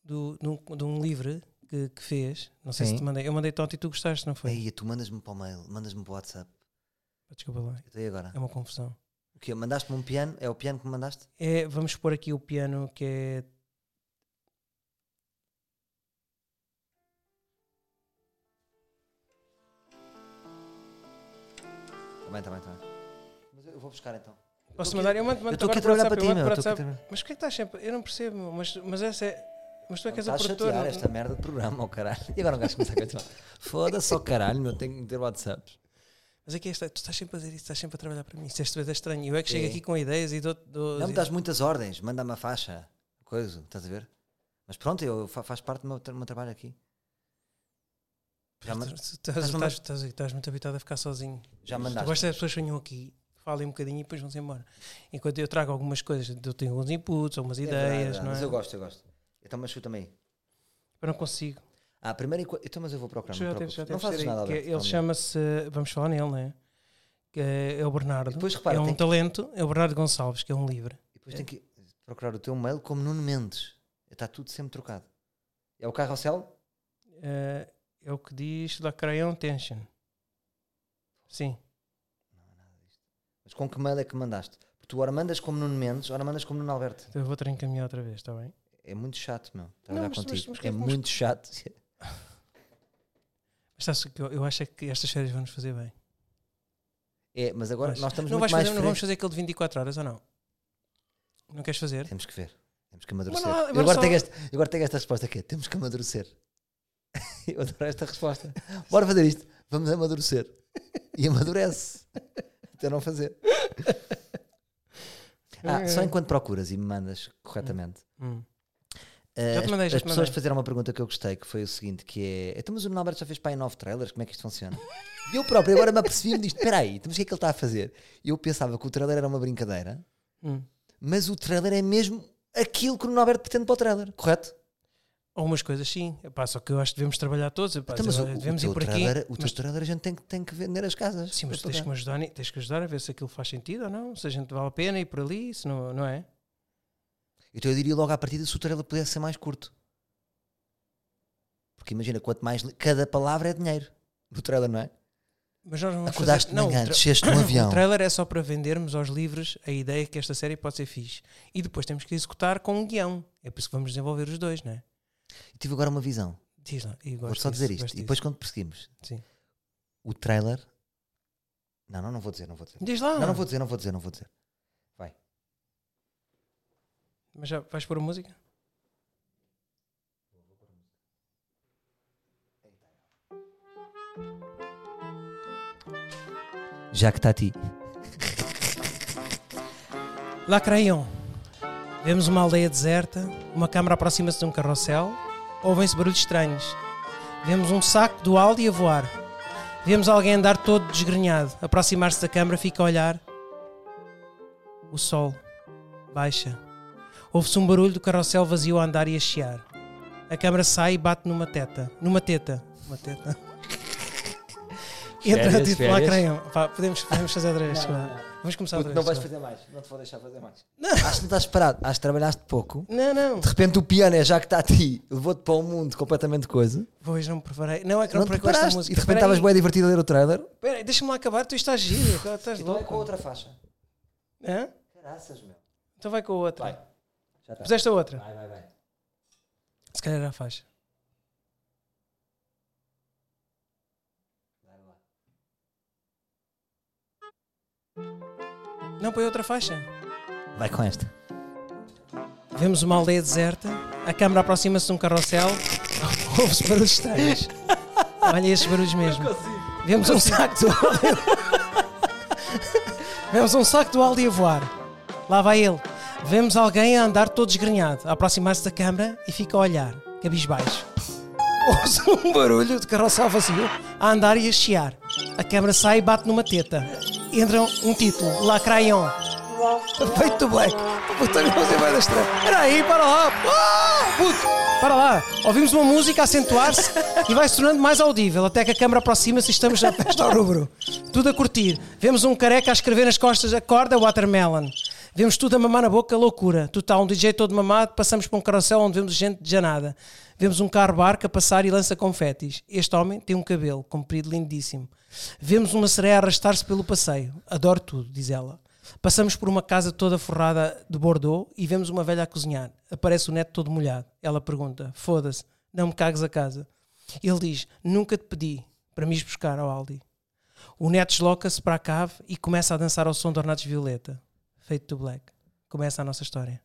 A: Do, de, um, de um livro que, que fez. Não sei
B: Sim.
A: se te mandei. Eu mandei tanto e tu gostaste, não foi? Ah,
B: Aí, tu mandas-me para o mail, mandas-me para o WhatsApp.
A: Desculpa lá.
B: Eu estou aí agora.
A: É uma confusão.
B: O quê? Mandaste-me um piano? É o piano que me mandaste?
A: É, vamos pôr aqui o piano que é.
B: Está Tá bem, está bem, está bem. Mas eu vou buscar então.
A: Posso
B: Eu
A: mandar? Eu mando,
B: Eu
A: mando
B: estou aqui a
A: agora
B: trabalhar para
A: WhatsApp,
B: ti,
A: eu mando
B: meu. eu
A: para
B: Estou
A: WhatsApp.
B: aqui a trabalhar.
A: Mas porquê que estás sempre. Eu não percebo, mas, mas essa é. Mas tu é que és a
B: Estás a
A: produtora.
B: chatear
A: não-
B: esta merda de programa, oh caralho. E agora um gajo começa a cantar. Foda-se, oh caralho, meu, tenho que meter WhatsApps.
A: Mas aqui é esta, tu estás sempre a fazer isso, estás sempre a trabalhar para mim. Isto às vezes é estranho. Eu é que
B: É.
A: chego aqui com ideias e dou. dou
B: Não me dás muitas ordens, manda-me a faixa, coisa, estás a ver? Mas pronto, eu, fa- faz parte do meu, tra- meu trabalho aqui. Já, man-
A: Tu- tu- tu- Estás
B: estás-me a-
A: estás- estás- estás muito habitado a ficar sozinho.
B: já
A: Tu
B: mandaste.
A: gostas das pessoas que venham aqui, falem um bocadinho e depois vão-se embora. Enquanto eu trago algumas coisas, eu tenho alguns inputs, algumas
B: É verdade,
A: ideias,
B: é,
A: não
B: Mas
A: é?
B: eu
A: Eu,
B: gosto, eu gosto. Então, mas chuta-me aí.
A: não consigo.
B: Ah, primeiro enqu- Então, mas eu vou procurar.
A: Já
B: não
A: teve-
B: preocupes.
A: já
B: não
A: teve
B: fazes
A: ser aí,
B: nada,
A: que
B: Alberto,
A: Ele
B: calma.
A: chama-se. Vamos falar nele, não é? Que é o Bernardo.
B: E depois repara,
A: é um
B: tem que-
A: talento, é o Bernardo Gonçalves, que é um livre.
B: E depois tem que procurar o teu mail como Nuno Mendes. Está tudo sempre trocado. É o carrossel?
A: Eh, é o que diz da Crayon Tension. Sim.
B: Mas com que mail é que mandaste? Porque tu ora mandas como Nuno Mendes, ora mandas como Nuno Alberto.
A: Então eu vou ter encaminhar outra vez, está bem?
B: é muito chato, meu.
A: Não,
B: Trabalhar
A: mas-
B: contigo.
A: mas- mas que
B: é
A: é que
B: muito chato.
A: Mas sabes o que eu, eu acho é que estas férias vão nos fazer bem.
B: É, mas agora
A: Mas
B: nós estamos
A: não,
B: muito
A: vais
B: mais
A: fazer, não vamos
B: frescos.
A: fazer aquele de 24 horas ou não? Não queres fazer?
B: Temos que ver. Temos que amadurecer.
A: Mas não há-
B: Eu
A: agora
B: agora,
A: só-
B: tenho esta, eu agora tenho esta resposta aqui. Temos que amadurecer. Eu adoro esta resposta. Bora fazer isto. Vamos amadurecer. E amadurece. Até não fazer. Ah, só enquanto procuras e me mandas corretamente.
A: Hum.
B: Ah,
A: Já te
B: as-
A: mandei, já
B: as
A: te
B: pessoas
A: mandei.
B: fizeram uma pergunta que eu gostei, que foi o seguinte: que é. Então, mas o Nuno Alberto já fez pai em nove trailers, como é que isto funciona? E eu próprio agora me apercebi-me disto: espera aí, então, mas o que é que ele está a fazer? Eu pensava que o trailer era uma brincadeira,
A: Hum.
B: mas o trailer é mesmo aquilo que o Nuno Alberto pretende para o trailer, correto?
A: Algumas coisas sim, Epá, só que eu acho que devemos trabalhar todos. Epá,
B: Então, mas o, o
A: devemos
B: teu
A: ir por aqui.
B: trailer, o teu
A: mas,
B: trailer a gente tem que, tem que vender as casas.
A: sim, mas
B: Para
A: tens que,
B: pagar.
A: me ajudar, ni- tens que ajudar a ver se aquilo faz sentido ou não, se a gente vale a pena ir por ali, se não, não é?
B: Então eu diria logo à partida se o trailer pudesse ser mais curto. Porque imagina, quanto mais. li- Cada palavra é dinheiro no trailer, não é?
A: Mas nós não vamos
B: Acordaste
A: fazer...
B: de
A: não,
B: manhã,
A: o tra-
B: desceste num avião.
A: O trailer é só para vendermos aos livros a ideia que esta série pode ser fixe. E depois temos que executar com um guião. É por isso que vamos desenvolver os dois, não é?
B: E tive agora uma visão.
A: Diz lá. e
B: Vou
A: gosto
B: só
A: disso,
B: dizer isto.
A: gosto
B: E
A: disso.
B: depois quando perseguimos.
A: Sim.
B: O trailer. Não, não, não vou dizer, não vou dizer.
A: Diz lá.
B: Não, não vou dizer, não vou dizer, não vou dizer.
A: Mas já vais pôr a música?
B: Já que está a ti.
A: Lacraion. Vemos uma aldeia deserta, uma câmara aproxima-se de um carrossel, ouvem-se barulhos estranhos. Vemos um saco do Aldi a voar. Vemos alguém andar todo desgrenhado, aproximar-se da câmara, fica a olhar. O sol baixa. Ouve-se um barulho do carrossel vazio a andar e a chiar. A câmara sai e bate numa teta. Numa teta. Uma teta. Entra
B: Férias,
A: a título
B: férias.
A: Lacraion. Pá, Podemos, podemos fazer outra vez. Vamos começar outra vez.
B: Não vais
A: vá.
B: fazer mais, não te vou deixar fazer mais.
A: Não.
B: Acho que não estás parado, acho que trabalhaste pouco.
A: Não, não.
B: De repente o piano é já que está a ti, levou-te para um mundo completamente coisa.
A: Pois não me preparei. Não, é que
B: Não
A: não,
B: te
A: preparei com esta
B: preparaste
A: música.
B: e de repente estavas bem divertido a ler o trailer.
A: Espera aí, deixa-me lá acabar, tu estás giro. agora Estás
B: Então é
A: louco.
B: com a outra faixa.
A: Hã?
B: Caraças, meu.
A: Então vai com a outra.
B: Vai. Já está.
A: Puseste a outra.
B: Vai, vai, vai.
A: Se calhar já faz. Não, põe outra faixa.
B: Vai com esta.
A: Vemos uma aldeia deserta, a câmara aproxima-se de um carrossel, ouve-se barulhos estranhos. Olha esses barulhos mesmo. Vemos um saco do Aldi. Vemos um saco do Aldi a voar. Lá vai ele. Vemos alguém a andar todo desgrenhado, a aproximar-se da câmara e fica a olhar, cabisbaixo. Ouça um barulho de carrossel vazio a andar e a chiar. A câmara sai e bate numa teta. Entra um título, Lacraion. Feito do Black. Puta, não sei mais desta. Peraí, para lá. Ah, puto. Para lá. Ouvimos uma música a acentuar-se e vai se tornando mais audível até que a câmara aproxima-se e estamos na festa ao rubro. Tudo a curtir. Vemos um careca a escrever nas costas da corda Watermelon. Vemos tudo a mamar na boca, loucura. Total, um DJ todo mamado, passamos para um carrossel onde vemos gente dejanada. Vemos um carro-barca passar e lança confetis. Este homem tem um cabelo comprido, lindíssimo. Vemos uma sereia arrastar-se pelo passeio. Adoro tudo, diz ela. Passamos por uma casa toda forrada de Bordeaux e vemos uma velha a cozinhar. Aparece o neto todo molhado. Ela pergunta: Foda-se, não me cagues a casa. Ele diz: Nunca te pedi para me ires buscar ao Aldi. O neto desloca-se para a cave e começa a dançar ao som de Ornatos Violeta. Feito do Black. Começa a nossa história.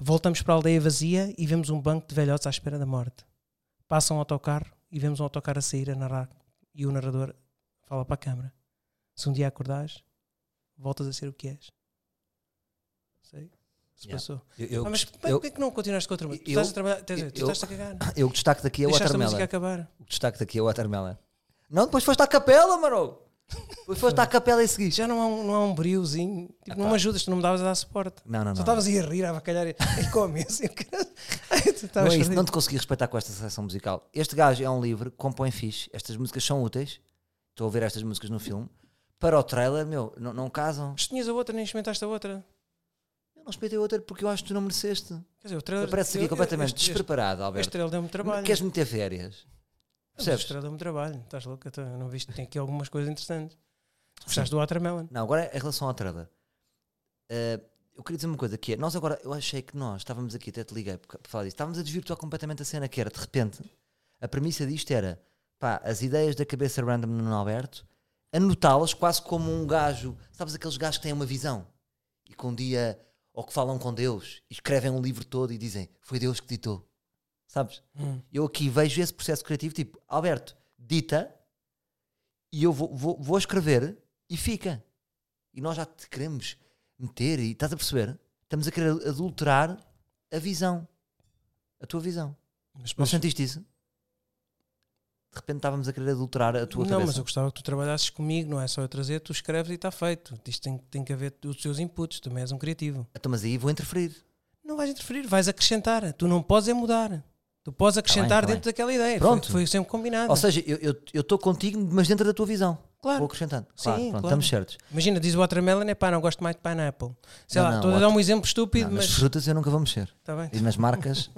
A: Voltamos para a aldeia vazia e vemos um banco de velhotes à espera da morte. Passa um autocarro e vemos um autocarro a sair a narrar. E o narrador fala para a câmara: Se um dia acordares, voltas a ser o que és. Sei. Se
B: Yeah.
A: passou.
B: Eu, eu,
A: Ah, mas
B: eu-
A: porquê que não continuaste com outra música? Tu
B: eu-
A: estás a trabalhar. Tens, tu
B: eu-
A: estás a cagar.
B: eu destaco daqui a
A: Deixaste a
B: Watermelon.
A: música acabar.
B: O destaque daqui é o Watermelon. Não, depois foste à capela, Marou. Depois foste à capela e seguiste.
A: Já não há um, não há um briozinho. Tipo, não me ajudas, tu não me davas a dar suporte.
B: Não, não,
A: Só
B: não.
A: estavas aí a rir, a avacalhar e e com a mesa. e o caralho. Ai, tu
B: Não,
A: estavas
B: é isso,
A: perdido.
B: não te consegui respeitar com esta seleção musical. Este gajo é um livro, compõe fixe. Estas músicas são úteis. Estou a ouvir estas músicas no filme. Para o trailer, meu, não, não casam.
A: Mas tinhas a outra, nem experimentaste a outra.
B: Eu não respeitei outra porque eu acho que tu não mereceste.
A: Quer dizer, o trailer.
B: Parece
A: eu-
B: aqui
A: eu-
B: completamente
A: este- este-
B: despreparado,
A: Este
B: Alberto.
A: trailer deu-me trabalho.
B: Queres meter férias?
A: Mas Este
B: Percebes?
A: trailer deu-me trabalho. Estás louco? Então, eu não viste? Tem aqui
B: é
A: algumas coisas interessantes. Gostaste do Watermelon?
B: Não, agora em relação ao trailer. Eh, eu queria dizer uma coisa que é, nós agora, eu achei que nós estávamos aqui, até te liguei por ca- por falar disso, estávamos a desvirtuar completamente a cena que era, de repente, a premissa disto era, pá, as ideias da cabeça random no Alberto, anotá-las quase como um gajo, sabes aqueles gajos que têm uma visão e que um dia, ou que falam com Deus, e escrevem um livro todo e dizem, foi Deus que ditou, sabes? Eu aqui vejo esse processo criativo, tipo, Alberto, dita, e eu vou, vou, vou escrever e fica. E nós já te queremos meter e estás a perceber? Estamos a querer adulterar a visão, a tua visão.
A: Mas,
B: Não
A: mas-
B: sentiste isso? De repente estávamos a querer adulterar a tua
A: não, mas
B: cabeça.
A: eu gostava que tu trabalhasses comigo, não é só eu trazer, tu escreves e está feito. Isto tem, tem que haver os teus inputs, também és um criativo.
B: Então, mas aí vou interferir.
A: Não vais interferir, vais acrescentar. Tu não podes é mudar. Tu podes acrescentar
B: tá bem.
A: dentro daquela ideia.
B: Pronto.
A: Foi, foi sempre combinado.
B: Ou seja, eu estou eu, estou contigo, mas dentro da tua visão.
A: Claro.
B: Vou acrescentando.
A: Sim,
B: claro, pronto,
A: claro.
B: estamos certos.
A: Imagina, diz o watermelon, é pá, não gosto mais de pineapple. Sei
B: Não,
A: lá,
B: não,
A: estou a dar um exemplo estúpido,
B: Não, nas
A: mas.
B: frutas eu nunca vou mexer.
A: Está bem.
B: E nas marcas.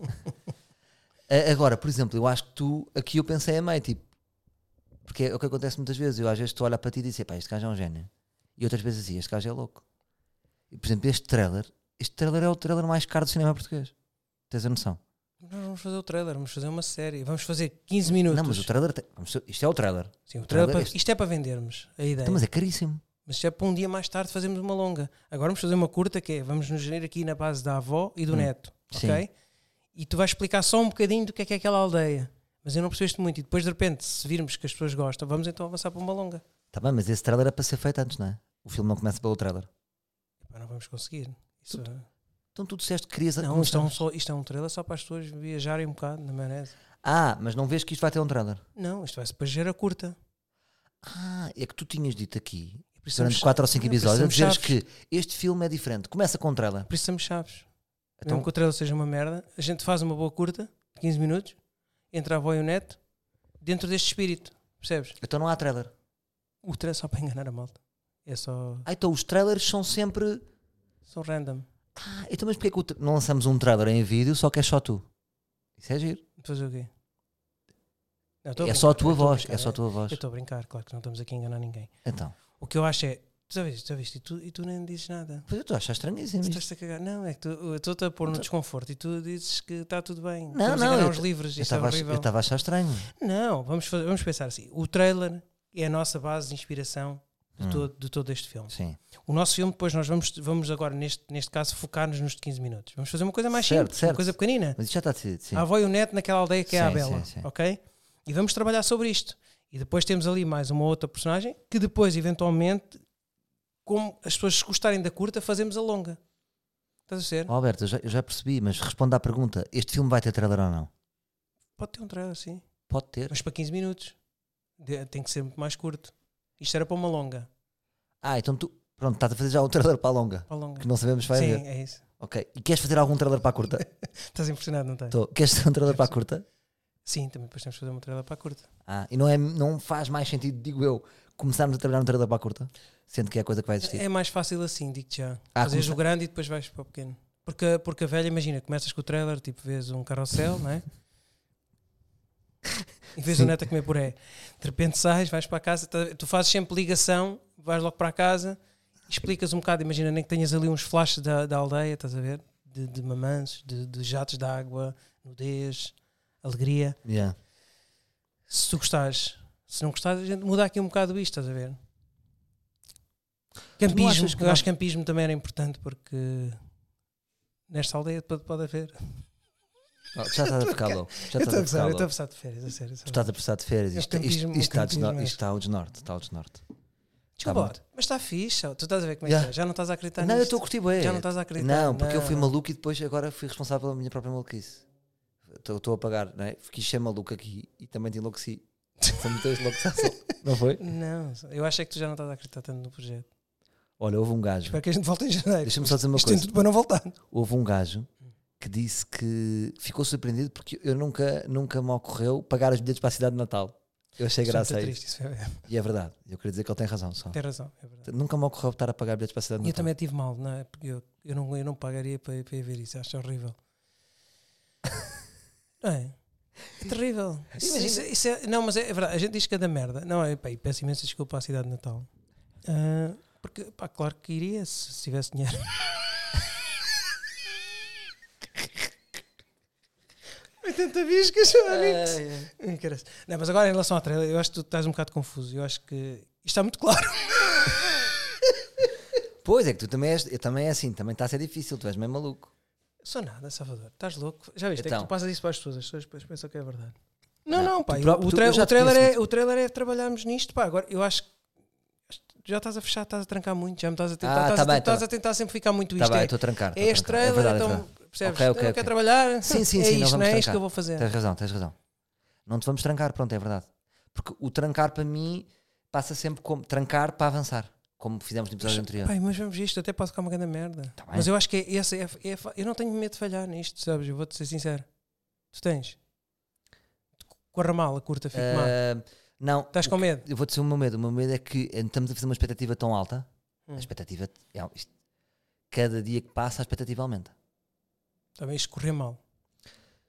B: A- Agora, por exemplo, eu acho que tu, aqui eu pensei a meio, tipo, porque é o que acontece muitas vezes. Eu às vezes tu olhas para ti e dizes, pá, este gajo é um gênio. E outras vezes assim, este gajo é louco. E, por exemplo, este trailer, este trailer é o trailer mais caro do cinema português. Tens a noção?
A: Não vamos fazer o trailer, vamos fazer uma série. Vamos fazer 15 minutos.
B: Não, mas o trailer, tem- vamos ser- isto é o trailer.
A: Sim, o trailer
B: trailer
A: para-
B: este.
A: Isto é para vendermos a ideia.
B: Então, mas é caríssimo.
A: Mas se é para um dia mais tarde fazermos uma longa. Agora vamos fazer uma curta que é, vamos nos gerir aqui na base da avó
B: Hum.
A: e do neto, ok? E tu vais explicar só um bocadinho do que é que é aquela aldeia. Mas eu não percebeste muito. E depois, de repente, se virmos que as pessoas gostam, vamos então avançar para uma longa.
B: Está bem, mas esse trailer é para ser feito antes, não é? O filme não começa pelo trailer.
A: Epá, não vamos conseguir. Isso, é-
B: Então tu disseste que querias...
A: não, isto é, um só, isto é um trailer só para as pessoas viajarem um bocado na maionese.
B: Ah, mas não vês que isto vai ter um trailer.
A: Não, isto vai-se para gerar curta.
B: Ah, é que tu tinhas dito aqui,
A: precisamos-
B: durante 4 ou 5
A: não,
B: episódios, a dizeres
A: precisamos
B: que este filme é diferente. Começa com um trailer.
A: Por isso estamos chaves.
B: Então-
A: Mesmo que o trailer seja uma merda, a gente faz uma boa curta, 15 minutos, entra a avó e o neto, dentro deste espírito. Percebes?
B: Então não há trailer.
A: O trailer é só para enganar a malta. É só.
B: Ah, então os trailers são sempre.
A: São random.
B: Ah, então mas porquê que o tra- não lançamos um trailer em vídeo só que é só tu? Isso é giro.
A: Fazer o quê? Não, estou
B: É
A: brincar,
B: só a tua
A: eu estou
B: voz.
A: brincar,
B: É só a tua voz.
A: Eu estou a brincar, claro que não estamos aqui a enganar ninguém.
B: Então.
A: O que eu acho é. Tu já viste, tu já viste, e tu, e tu nem dizes nada.
B: Pois eu estou a achar estranhíssimo.
A: Tu
B: isto.
A: Estás-te a cagar. Não, é que tu, eu estou-te a pôr no desconforto e tu dizes que está tudo bem.
B: Então Não,
A: estamos
B: não,
A: A enganar
B: eu
A: os
B: t-
A: livros, isto é
B: Eu estava a ach-
A: horrível.
B: eu estava a achar estranho.
A: Não, vamos, fazer- vamos pensar assim. O trailer é a nossa base de inspiração de, todo, de todo este filme.
B: Hum, Sim.
A: O nosso filme, depois, nós vamos, vamos agora, neste, neste caso, focar-nos nos de 15 minutos. Vamos fazer uma coisa mais
B: Certo,
A: simples,
B: certo.
A: uma coisa pequenina.
B: Mas isto já está decidido. Sim.
A: A avó e o neto naquela aldeia que é a
B: Sim,
A: Bela,
B: sim, sim.
A: ok? E vamos trabalhar sobre isto. E depois temos ali mais uma outra personagem que depois, eventualmente, como as pessoas gostarem da curta, fazemos a longa. Estás a ver?
B: Oh, Alberto, eu já, eu já percebi, mas responda à pergunta: este filme vai ter trailer ou não?
A: Pode ter um trailer, sim.
B: Pode ter.
A: Mas para 15 minutos. De- tem que ser muito mais curto. Isto era para uma longa.
B: Ah, então tu. Pronto, estás a fazer já um trailer para a longa.
A: Para a longa.
B: Que não sabemos se vai
A: sim,
B: haver.
A: é isso.
B: Ok. E queres fazer algum trailer para a curta?
A: Estás impressionado, não estás?
B: Tô. Queres ser um trailer para a curta?
A: Sim, também depois temos que fazer uma trailer para a curta.
B: Ah, e não, é, não faz mais sentido, digo eu, começarmos a trabalhar no trailer para a curta? Sendo que é a coisa que vai existir.
A: É mais fácil assim, digo-te já.
B: Ah,
A: Fazes
B: começa-
A: o grande e depois vais para o pequeno. Porque, a- porque a velha, imagina, começas com o trailer, tipo, vês um carrossel, não é? E vês o neto a comer puré. De repente sais, vais para a casa, tá- tu fazes sempre ligação, vais logo para a casa, explicas um bocado, imagina, nem que tenhas ali uns flashes da, da aldeia, estás a ver? De, de mamães, de, de jatos de água, nudez, alegria.
B: Yeah.
A: Se tu gostares, se não gostares, a gente muda aqui um bocado isto, estás a ver?
B: Não
A: Campismo,
B: achas que
A: eu
B: não-
A: acho que campismo também era importante porque nesta aldeia pode, pode haver.
B: Oh, já estás a ficar louco. Já estás a ficar
A: Então, eu estou a
B: louco.
A: passar de férias, a sério.
B: Tu estás a precisar de férias.
A: Eu
B: Isto, isto, isto,
A: campismo- eu
B: está,
A: campismo
B: desno-
A: é.
B: isto está ao desnorte. Está ao desnorte.
A: Desculpa,
B: Tá
A: lá, mas está fixe, ó. tu estás a ver como é
B: Yeah.
A: que é? Já não estás a acreditar
B: não, eu
A: nisto.
B: estou a curtir bem.
A: Já não estás a acreditar.
B: Não, porque eu fui
A: Não.
B: maluco e depois agora fui responsável pela minha própria maluquice. Estou estou a pagar, não é? Quis ser maluco aqui e também te enlouqueci. Somos dois loucos à solta. Não foi?
A: Não, eu acho é que tu já não estás a acreditar tanto no projeto.
B: Olha, houve um gajo.
A: Espero que a gente volte em janeiro.
B: Deixa-me só dizer uma
A: Isto
B: coisa.
A: tem tudo para não voltar. é
B: houve um gajo que disse que ficou surpreendido porque eu nunca, nunca me ocorreu pagar os bilhetes para a cidade de Natal. Eu achei graça
A: Isso é
B: a
A: muito
B: isso.
A: triste, isso é-
B: E é verdade. Eu queria dizer que ele tem razão só.
A: Tem razão, é verdade.
B: Nunca me ocorreu estar a pagar bilhetes para a cidade
A: E
B: de
A: eu
B: Natal.
A: também tive mal, não tá. é? Porque eu, eu, não, eu não pagaria para, para ir ver isso, acho horrível. Não é? É terrível. Isso,
B: Imagina-
A: isso- isso é- não, mas é, verdade, a gente diz cada merda. Não, é, pá, e peço imensa desculpa à cidade de Natal. Ah, porque, pá, claro que iria se, se tivesse dinheiro. 80 biscas, meu amigo.
C: Ai, ai.
A: Hum, caralho. Não, mas agora em relação ao trailer, eu acho que tu estás um bocado confuso. Eu acho que isto está muito claro.
B: Pois é que tu também és, eu também é assim, também está a ser difícil, tu és meio maluco.
A: Sou nada, Salvador. Estás louco? Já viste? É que
B: Então.
A: tu passas isso para as pessoas, as pessoas depois pensam que é verdade. Não, não,
B: Não,
A: pá.
B: tu
A: eu-
B: próprio-
A: o,
B: tu-
A: tra-
B: eu já
A: o
B: te
A: trailer
B: conheço
A: é, o trailer é trabalharmos nisto, pá. Agora, eu acho que acho que já estás a fechar, estás a trancar muito, já me estás a tentar,
B: Ah,
A: estás,
B: tá
A: a,
B: bem, tá
A: estás
B: bem.
A: a tentar sempre ficar muito
B: Tá
A: isto.
B: bem,
A: é-
B: estou a trancar.
A: é
B: estou a
A: este
B: trancar. É
A: trailer,
B: verdade, é
A: então
B: verdade.
A: percebes?
B: Ok, ok,
A: eu não
B: ok.
A: quero trabalhar,
B: Sim, sim,
A: é
B: sim, não
A: isto,
B: vamos
A: não é isto
B: trancar. Tá
A: que eu vou fazer.
B: Tens razão, tens razão. Não te vamos trancar, pronto, é verdade. Porque o trancar para mim passa sempre como trancar para avançar, como fizemos no episódio tá anterior. Tá
A: Pai, mas vamos a isto, até pode ficar uma grande merda.
B: bem.
A: mas eu acho que é, essa é, é- eu não tenho medo de falhar nisto, sabes? Eu vou-te ser sincero. Tu tens? Corra mal, a curta, fico mal.
B: Ah, não,
A: Estás com medo?
B: eu vou dizer o meu medo. O meu medo é que eh, estamos a fazer uma expectativa tão alta.
A: Hum.
B: A expectativa. É, isto- cada dia que passa, a expectativa aumenta.
A: Também isto correr mal.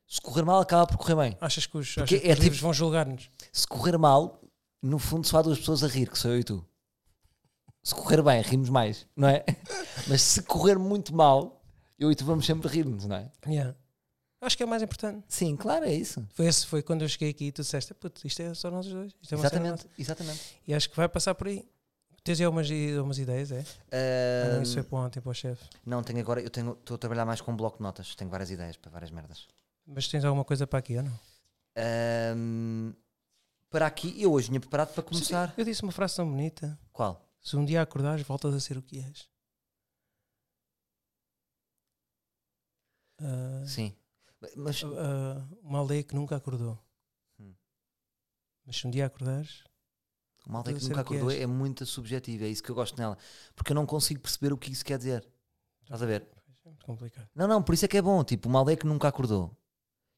B: Se correr mal, acaba por correr bem.
A: Achas que os,
B: Porque
A: achas que
B: é
A: os livros
B: tipo-
A: vão julgar-nos?
B: Se correr mal, no fundo só há duas pessoas a rir, que sou eu e tu. Se correr bem, rimos mais, não é? Mas se correr muito mal, eu e tu vamos sempre rir-nos, não é?
A: Yeah. Acho que é o mais importante.
B: Sim, claro, é isso.
A: Foi, esse, foi quando eu cheguei aqui e tu disseste: Puto, isto é só nós os dois. Isto é uma cena
B: exatamente, exatamente.
A: nossa." E acho que vai passar por aí. Tens aí algumas, algumas ideias, é? Ah, não, isso foi para ontem, para o chefe.
B: Não, tenho agora, eu tenho, estou a trabalhar mais com um bloco de notas, tenho várias ideias para várias merdas.
A: Mas tens alguma coisa para aqui ou não?
B: Ahm, para aqui, eu hoje tinha preparado para começar.
A: Eu disse uma frase tão bonita:
B: Qual?
A: Se um dia acordares, voltas a ser o que és. Ah,
B: Sim. Mas
A: ah, uma aldeia que nunca acordou.
B: Hum.
A: Mas se um dia acordares,
B: o malta que
A: eu sei
B: nunca
A: o que
B: acordou
A: és.
B: é muito subjetiva, é isso que eu gosto nela. Porque eu não consigo perceber o que isso quer dizer. Estás a ver?
A: é muito complicado.
B: Não, não, por isso é que é bom. Tipo, uma aldeia que nunca acordou.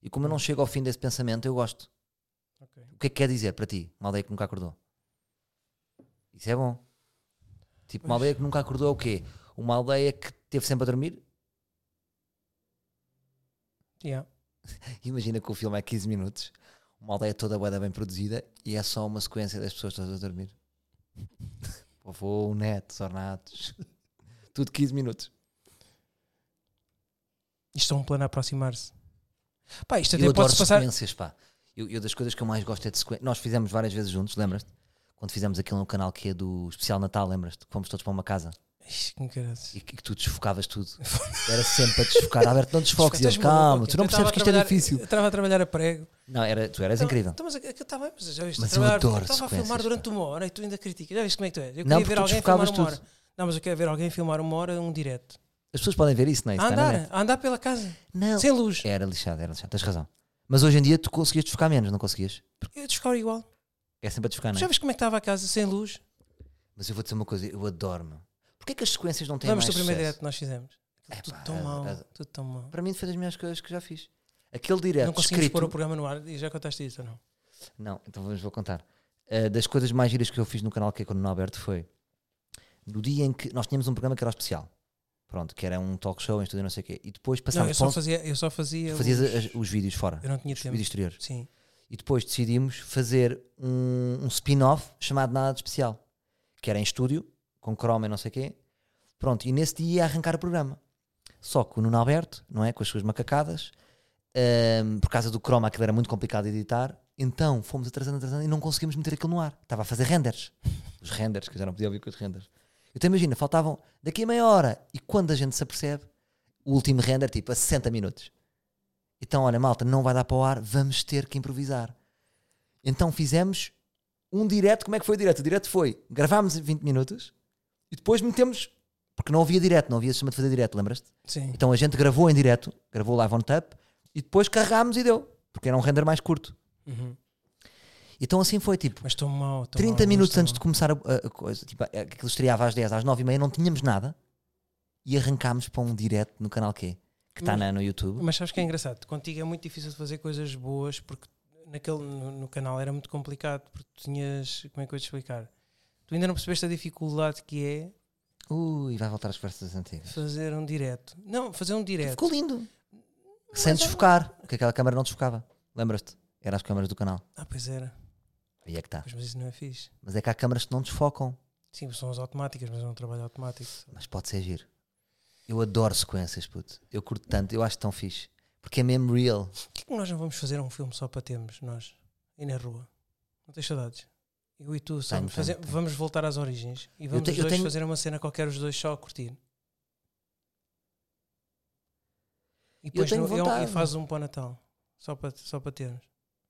B: E como eu não chego ao fim desse pensamento, eu gosto.
A: Hum. Ok.
B: O que é que quer dizer para ti, uma aldeia que nunca acordou? Isso é bom. Tipo, uma
A: Pois.
B: aldeia que nunca acordou é o quê? Uma aldeia que teve sempre a dormir?
A: Yeah.
B: Imagina que o filme é 15 minutos. Uma aldeia toda boeda bem produzida e é só uma sequência das pessoas todas a dormir. Vovô, netos, ornatos. Tudo 15 minutos.
A: Isto é um plano a aproximar-se. Pá, isto
B: eu
A: até
B: adoro
A: pode passar.
B: sequências, pá. Eu, eu das coisas que eu mais gosto é de sequências. Nós fizemos várias vezes juntos, lembras-te? Quando fizemos aquilo no canal que é do especial Natal, lembras-te? Que fomos todos para uma casa
A: Ixi, que caraças.
B: e que, que tu desfocavas tudo. Era sempre a desfocar. Alberto, não desfoques. E
A: Estás
B: eles,
A: maluco,
B: calma,
A: aqui.
B: tu não
A: Eu estava a
B: percebes que isto é
A: trabalhar-
B: difícil.
A: Eu estava a trabalhar a prego.
B: Não, era, tu eras
A: Então,
B: incrível.
A: Então, mas, é que tá bem, mas já viste,
B: Mas eu
A: trabalhar-
B: adoro
A: Estava a
B: sequências,
A: filmar
B: pá.
A: durante uma hora e tu ainda criticas. Já viste como é que tu és? Eu
B: Não,
A: queria ver
B: porque tu
A: alguém filmar
B: desfocavas
A: uma hora.
B: tudo.
A: Não, mas eu quero ver alguém filmar uma hora um direto.
B: As pessoas podem ver isso, não é? Isso
A: a
B: está na
A: Ah, andar,
B: net.
A: a andar pela casa,
B: Não,
A: sem luz.
B: era lixado, era lixado. Tens razão. Mas hoje em dia tu conseguias desfocar menos, não conseguias?
A: Eu descobri igual.
B: É sempre a desfocar, não
A: Já
B: é?
A: viste como é que estava a casa, sem luz?
B: Mas eu vou dizer uma coisa, eu adoro-me. Porquê que as sequências não têm
A: Vamos do
B: mais
A: primeiro
B: sucesso?
A: direto que nós fizemos.
B: Epá,
A: tudo tão mal,
B: é- é-
A: tudo tão mal.
B: Para mim foi das melhores coisas que já fiz. Aquele direto
A: não conseguimos
B: escrito...
A: pôr o programa no ar e já contaste isso ou não?
B: Não, então vamos, vou contar. Ah, das coisas mais giras que eu fiz no canal que é com o Nuno Alberto foi no dia em que nós tínhamos um programa que era o especial. Pronto, que era um talk show em estúdio, não sei o quê. E depois
A: Não, eu
B: passámos
A: só
B: pontos-
A: fazia, eu só fazia,
B: fazias
A: os-
B: as- os vídeos fora,
A: eu não tinha
B: os
A: tempo.
B: vídeos exteriores.
A: Sim.
B: E depois decidimos fazer um, um spin-off chamado Nada de Especial, que era em estúdio, com Chrome e não sei o quê. Pronto, e nesse dia ia arrancar o programa. Só que o Nuno Alberto, não é? Com as suas macacadas, ahm, por causa do Chrome aquilo era muito complicado de editar, então fomos atrasando, atrasando e não conseguimos meter aquilo no ar. Estava a fazer renders. Os renders, que eu já não podia ouvir com os renders. Então imagina, faltavam daqui a meia hora e quando a gente se apercebe, o último render, tipo, a 60 minutos. Então, olha, malta, não vai dar para o ar, vamos ter que improvisar. Então fizemos um direto. Como é que foi o direto? O direto foi: gravámos em 20 minutos e depois metemos. Porque não havia direto, não havia sistema de fazer direto, lembras-te?
A: Sim.
B: Então a gente gravou em direto, gravou live on tap e depois carregámos e deu. Porque era um render mais curto.
A: Uhum.
B: Então assim foi, tipo,
A: Mas estou mal. estou
B: 30
A: mal,
B: minutos
A: estou
B: antes de começar a, a- a coisa, tipo, é- aquilo estreava às 10, às 9 e meia, não tínhamos nada e arrancámos para um direto no canal Q, que está
A: Mas-
B: na- no YouTube.
A: Mas sabes que é engraçado? Contigo é muito difícil de fazer coisas boas porque naquele, no, no canal era muito complicado porque tu tinhas. Como é que eu ia te explicar? Tu ainda não percebeste a dificuldade que é
B: Ui, vai voltar às conversas antigas.
A: fazer um direto. Não, fazer um direto.
B: Ficou lindo. é Sem desfocar, porque aquela câmara não desfocava. Lembras-te? Era as câmaras do canal.
A: Ah, pois era.
B: Aí é que está.
A: Pois, mas isso não é fixe.
B: Mas é que há câmaras que não desfocam.
A: Sim, são as automáticas, mas eu não trabalho automático.
B: Mas pode ser giro. Eu adoro sequências, puto. Eu curto tanto, eu acho tão fixe. Porque é mesmo real.
A: Porquê que nós não vamos fazer um filme só para termos, nós, aí na rua? Não tens saudades? Eu e tu, sabe,
B: Tenho,
A: fazer-
B: tenho, tenho.
A: vamos voltar às origens e vamos
B: te-
A: os
B: eu
A: dois
B: tenho-
A: fazer uma cena qualquer, os dois só a curtir. E depois
B: tenho
A: no- e- e
B: vontade.
A: fazes um para o Natal, só para, só para termos.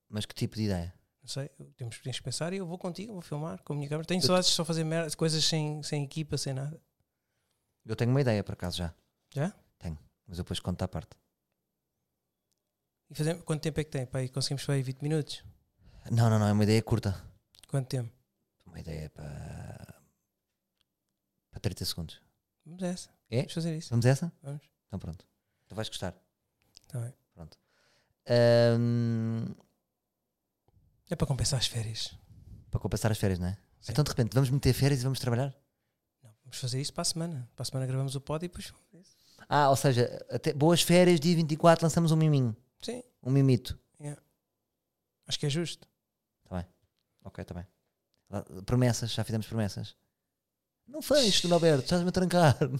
B: Mas que tipo de ideia?
A: Não sei, temos, temos que pensar e eu vou contigo, vou filmar com a minha câmera. Tenho saudades de só fazer merda, coisas sem, sem equipa, sem nada.
B: Eu tenho uma ideia, por acaso, já.
A: Já?
B: Tenho. Mas eu depois conto à parte.
A: E fazer, quanto tempo é que tem? Pá, aí conseguimos para aí 20 minutos?
B: Não, não, não. É uma ideia curta.
A: Quanto tempo?
B: Uma ideia para. para 30 segundos.
A: Vamos a essa.
B: É?
A: Vamos fazer isso.
B: Vamos a essa?
A: Vamos.
B: Então pronto. Tu vais gostar.
A: Tá bem.
B: Ahm,
A: É para compensar as férias.
B: para compensar as férias, não é?
A: Sim.
B: Então de repente vamos meter férias e vamos trabalhar?
A: Não, vamos fazer isso para a semana. Para a semana gravamos o pod e depois.
B: Ah, ou seja, até boas férias, dia 24 lançamos um miminho.
A: Sim,
B: Um mimito.
A: acho que é justo.
B: Ok,
A: tá
B: está bem. Lá- Promessas, já fizemos promessas. Não fez, Nuno Alberto, estás-me a trancar. Não,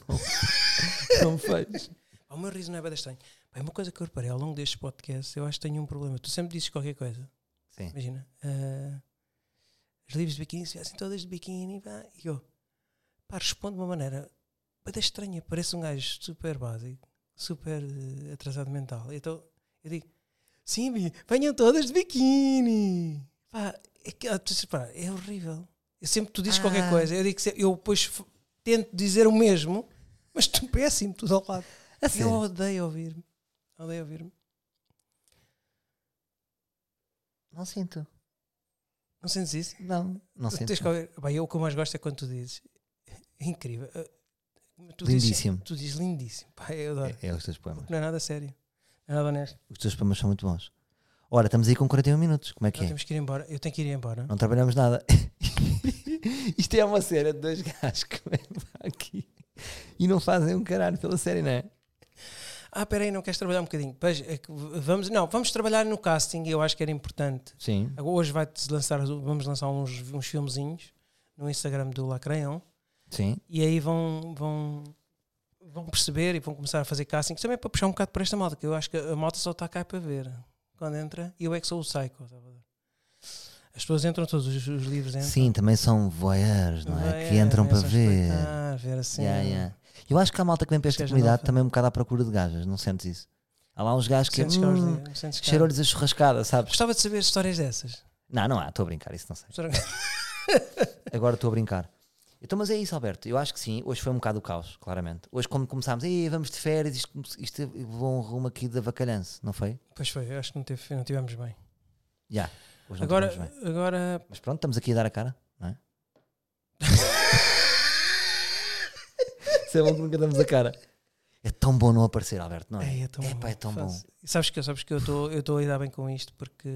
B: não fez.
A: Pá, O meu riso não é bem estranho. Pá, é uma coisa que eu reparei ao longo deste podcast, eu acho que tenho um problema. Tu sempre dizes qualquer coisa.
B: Sim.
A: Imagina. ah, os livros de biquíni se viessem todas de biquíni. pá, E eu. Pá, respondo de uma maneira. Bem estranha. Parece um gajo super básico, super eh, atrasado mental. Então eu digo: Sim, bi, venham todas de biquíni. Pá, é, que- ah, tu- pá, é horrível. Eu sempre tu dizes qualquer
B: Ah.
A: coisa. Eu digo que se- eu depois f- tento dizer o mesmo, mas tu péssimo, tudo ao lado.
B: A
A: Eu
B: sério?
A: odeio ouvir-me. Odeio ouvir-me.
B: Não sinto.
A: Não sentes isso?
B: Não, não
A: Tu
B: sinto.
A: tens que ouvir. Bem, eu o que eu mais gosto é quando tu dizes. É incrível. Eh, tu
B: Lindíssimo.
A: Dizes, tu dizes lindíssimo. Pá, eu adoro.
B: É, é os teus poemas.
A: Não é nada sério. Não é nada honesto.
B: Os teus poemas são muito bons. Ora, estamos aí com 41 minutos. Como é que
A: Nós
B: é?
A: temos que ir embora. Eu tenho que ir embora.
B: Não trabalhamos nada. Isto é uma série de dois gajos que vêm para aqui e não fazem um caralho pela série, não é?
A: Ah, peraí, não queres trabalhar um bocadinho? Pois, é que v- vamos, não, vamos trabalhar no casting. Eu acho que era importante.
B: Sim.
A: Agora, Hoje vai-te lançar, vamos lançar uns, uns filmezinhos no Instagram do Lacreão.
B: Sim.
A: E aí vão, vão, vão perceber e vão começar a fazer casting também para puxar um bocado para esta malta, que eu acho que a malta só está cá para ver. Quando entra, eu é que sou o psycho. Salvador. As pessoas entram, todos os, os livros entram.
B: Sim, também são voyeurs, não é? que entram para ver.
A: Espreitar, ver assim.
B: Yeah, yeah. Eu acho que há malta que vem para esta
A: Gajas
B: comunidade
A: alfa.
B: também um bocado à procura de gajas, não sentes isso? Há lá uns gajos que
A: Sentes cá os
B: hum,
A: livros, sentes cá.
B: cheirou-lhes a churrascada, sabes?
A: Gostava de saber histórias dessas.
B: Não, não há, estou a brincar, isso não sei. Agora estou a brincar. Então, mas é isso, Alberto. Eu acho que sim. Hoje foi um bocado o caos, claramente. Hoje, quando começámos, "Ei, vamos de férias, isto, come- isto levou um rumo aqui da vacalhança, não foi?
A: Pois foi, eu acho que não, teve, não tivemos bem.
B: Já. Hoje não
A: Agora,
B: tivemos bem.
A: agora.
B: Mas pronto, estamos aqui a dar a cara, não é? Isso é bom que nunca damos a cara. É tão bom não aparecer, Alberto, não é?
A: Ei, é tão
B: Epá,
A: bom.
B: é tão bom.
A: Faz- Sabes que, sabes que eu estou eu estou a lidar bem com isto porque,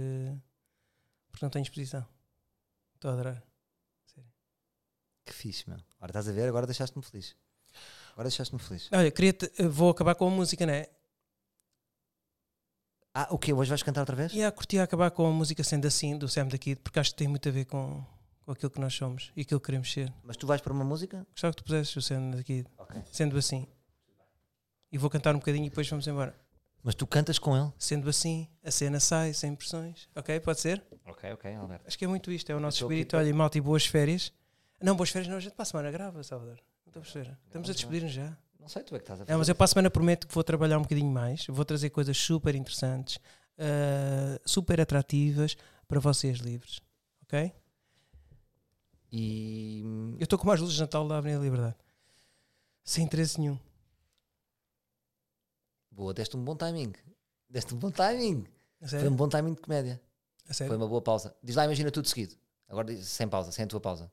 A: porque não tenho exposição. Estou a adorar.
B: Que fixe, meu. Agora estás a ver, agora deixaste-me feliz. Agora deixaste-me feliz.
A: Olha, queria te- eh, vou acabar com a música, não é?
B: Ah, o quê? Hoje vais cantar outra vez?
A: E a curtir acabar com a música sendo assim, do Sam da Kid, porque acho que tem muito a ver com, com aquilo que nós somos e aquilo que queremos ser.
B: Mas tu vais para uma música?
A: Gostava que tu pusesses o Sam da Kid,
B: Ok.
A: sendo assim. E vou cantar um bocadinho e depois vamos embora.
B: Mas tu cantas com ele?
A: Sendo assim, a cena sai sem pressões. Ok? Pode ser?
B: Ok, ok, Alberto.
A: Acho que é muito isto, é o nosso
B: Eu tô aqui
A: espírito.
B: pra-
A: Olha, e malta, e boas férias. Não, boas férias não, a gente para a semana grava, Salvador. Não estou a perceber. Estamos a despedir-nos já.
B: Não sei, tu é que estás a fazer.
A: Não, mas eu para a semana prometo que vou trabalhar um bocadinho mais. Vou trazer coisas super interessantes, ah, super atrativas para vocês livres. Ok?
B: E.
A: Eu estou com mais luzes de Natal da Avenida Liberdade. Sem interesse nenhum.
B: Boa, deste um bom timing. Deste um bom timing.
A: A
B: Foi um
A: sério?
B: bom timing de comédia.
A: A
B: Foi
A: sério?
B: uma boa pausa. Diz lá, imagina tudo seguido. Agora diz, sem pausa, sem a tua pausa.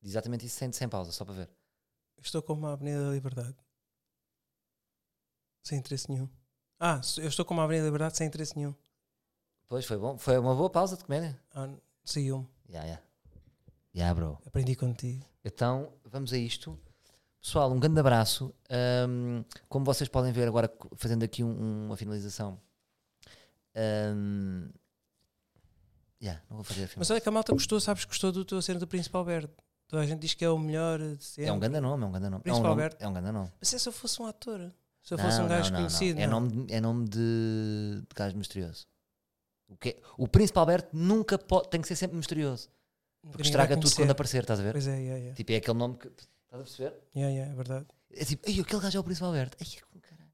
B: Diz exatamente isso, sem, sem pausa, só para ver.
A: Eu Estou com uma Avenida da Liberdade. Sem interesse nenhum. Ah, eu estou com uma Avenida da Liberdade sem interesse nenhum.
B: Pois foi bom. Foi uma boa pausa de comédia.
A: Ah, saiu-me.
B: Ya, ya. Ya, bro.
A: Aprendi contigo.
B: Então, vamos a isto. Pessoal, um grande abraço. Ahm, como vocês podem ver agora, co- fazendo aqui um- uma finalização. Ahm, ya, não vou fazer a
A: Mas
B: finalização.
A: olha que a malta gostou, sabes, gostou do teu acento do Príncipe Alberto. Toda a gente diz que é o melhor de sempre.
B: É um grande nome, é um grande nome. É um,
A: Príncipe
B: nome
A: Alberto.
B: é um grande nome.
A: Mas se eu fosse um ator, Se eu fosse
B: Não,
A: um gajo
B: não, não, não.
A: conhecido.
B: É
A: não.
B: nome, de- é nome de, de gajo misterioso. O, que é- o Príncipe Alberto nunca pode, tem que ser sempre misterioso. Porque
A: Ninguém
B: estraga
A: Um vai
B: tudo
A: conhecer.
B: quando aparecer, estás a ver?
A: Pois é, yeah, yeah.
B: Tipo, é aquele nome que. Estás a perceber?
A: Yeah, yeah, é verdade.
B: É tipo, Ei, aquele gajo é o Príncipe Alberto. Ei, como caralho.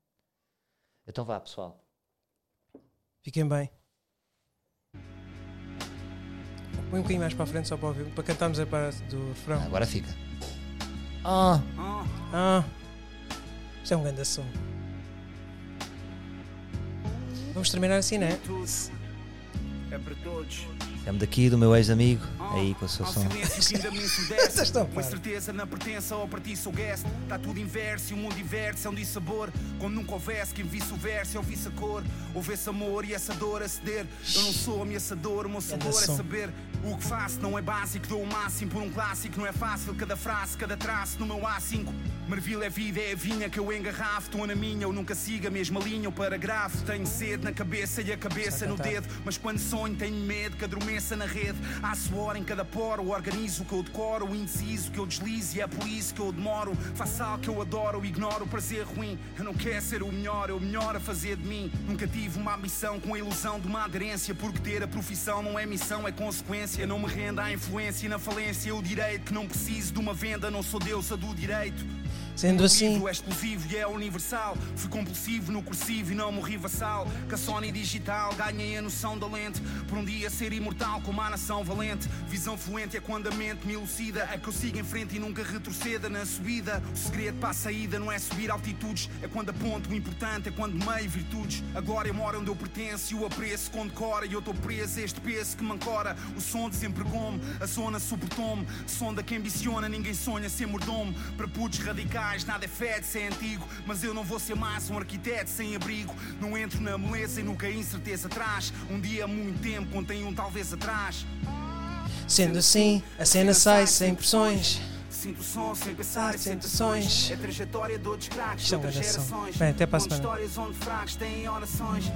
B: Então vá, pessoal.
A: Fiquem bem. Põe um bocadinho mais para a frente só para ouvir, para cantarmos a parte do refrão.
B: Agora fica. Ah,
A: Ah, isto é um grande som. Vamos terminar assim, não é?
D: Tudo é para todos.
B: chamo daqui do meu ex-amigo. Aí com o seu
D: Há um
B: som.
D: silêncio que ainda me
A: Vocês
D: ensurdece.
A: estão
D: Uma
A: par.
D: certeza na pertença ao pertence o guest. Está tudo inverso e o mundo inverso é um dissabor. Como nunca houvesse quem visse o verso, eu visse a cor. Houve esse amor e essa dor a ceder. Eu não sou ameaçador, o meu sabor é
A: som.
D: saber. O que faço não é básico, dou o máximo por um clássico. Não é fácil, cada frase, cada traço no meu A5. Marvila é vida, é a vinha que eu engarrafo. Estou na minha, eu nunca sigo a mesma linha ou parágrafo. Tenho sede na cabeça e a cabeça no
A: cantar.
D: dedo medo, Mas quando sonho tenho medo que adormeça na rede Há suor em cada poro, organizo o que eu decoro O indeciso que eu deslizo e é por isso que eu demoro Faço algo que eu adoro, ignoro o prazer ruim Eu não quero ser o melhor, eu melhor a fazer de mim Nunca tive uma ambição com a ilusão de uma aderência Porque ter a profissão não é missão, é consequência Não me rendo à influência e na falência Eu direito que não preciso de uma venda Não sou deusa do direito
A: Sendo assim,
D: é exclusivo e é universal. Fui compulsivo no cursivo e não morri vassal. Que a Sony digital ganhei a noção da lente. Por um dia ser imortal como a nação valente. Visão fluente é quando a mente me elucida. É que eu sigo em frente e nunca retroceda na subida. O segredo para a saída não é subir altitudes. É quando aponto o importante, é quando meio virtudes. A glória mora onde eu pertenço e o apreço condecora. E eu estou preso a este peso que me ancora. O som de sempre como, a zona sobretome. Sonda que ambiciona, ninguém sonha ser mordomo. Para putos radicais, nada é fed, se é antigo. Mas eu não vou ser mais um arquiteto sem abrigo. Não entro na moleza e nunca a incerteza atrás. Um dia, há muito tempo, contém um talvez atrás.
A: sendo assim, a cena sai sem pressões.
D: Sinto o som sem pensar,
A: Ah,
D: ah,
A: sinto sons.
D: sensações. É a trajetória de outros craques, de
A: Isto é um
D: outras
A: grande som.
D: gerações.
A: Bem, até para a
D: Conto
A: semana.
D: histórias onde fracos têm orações.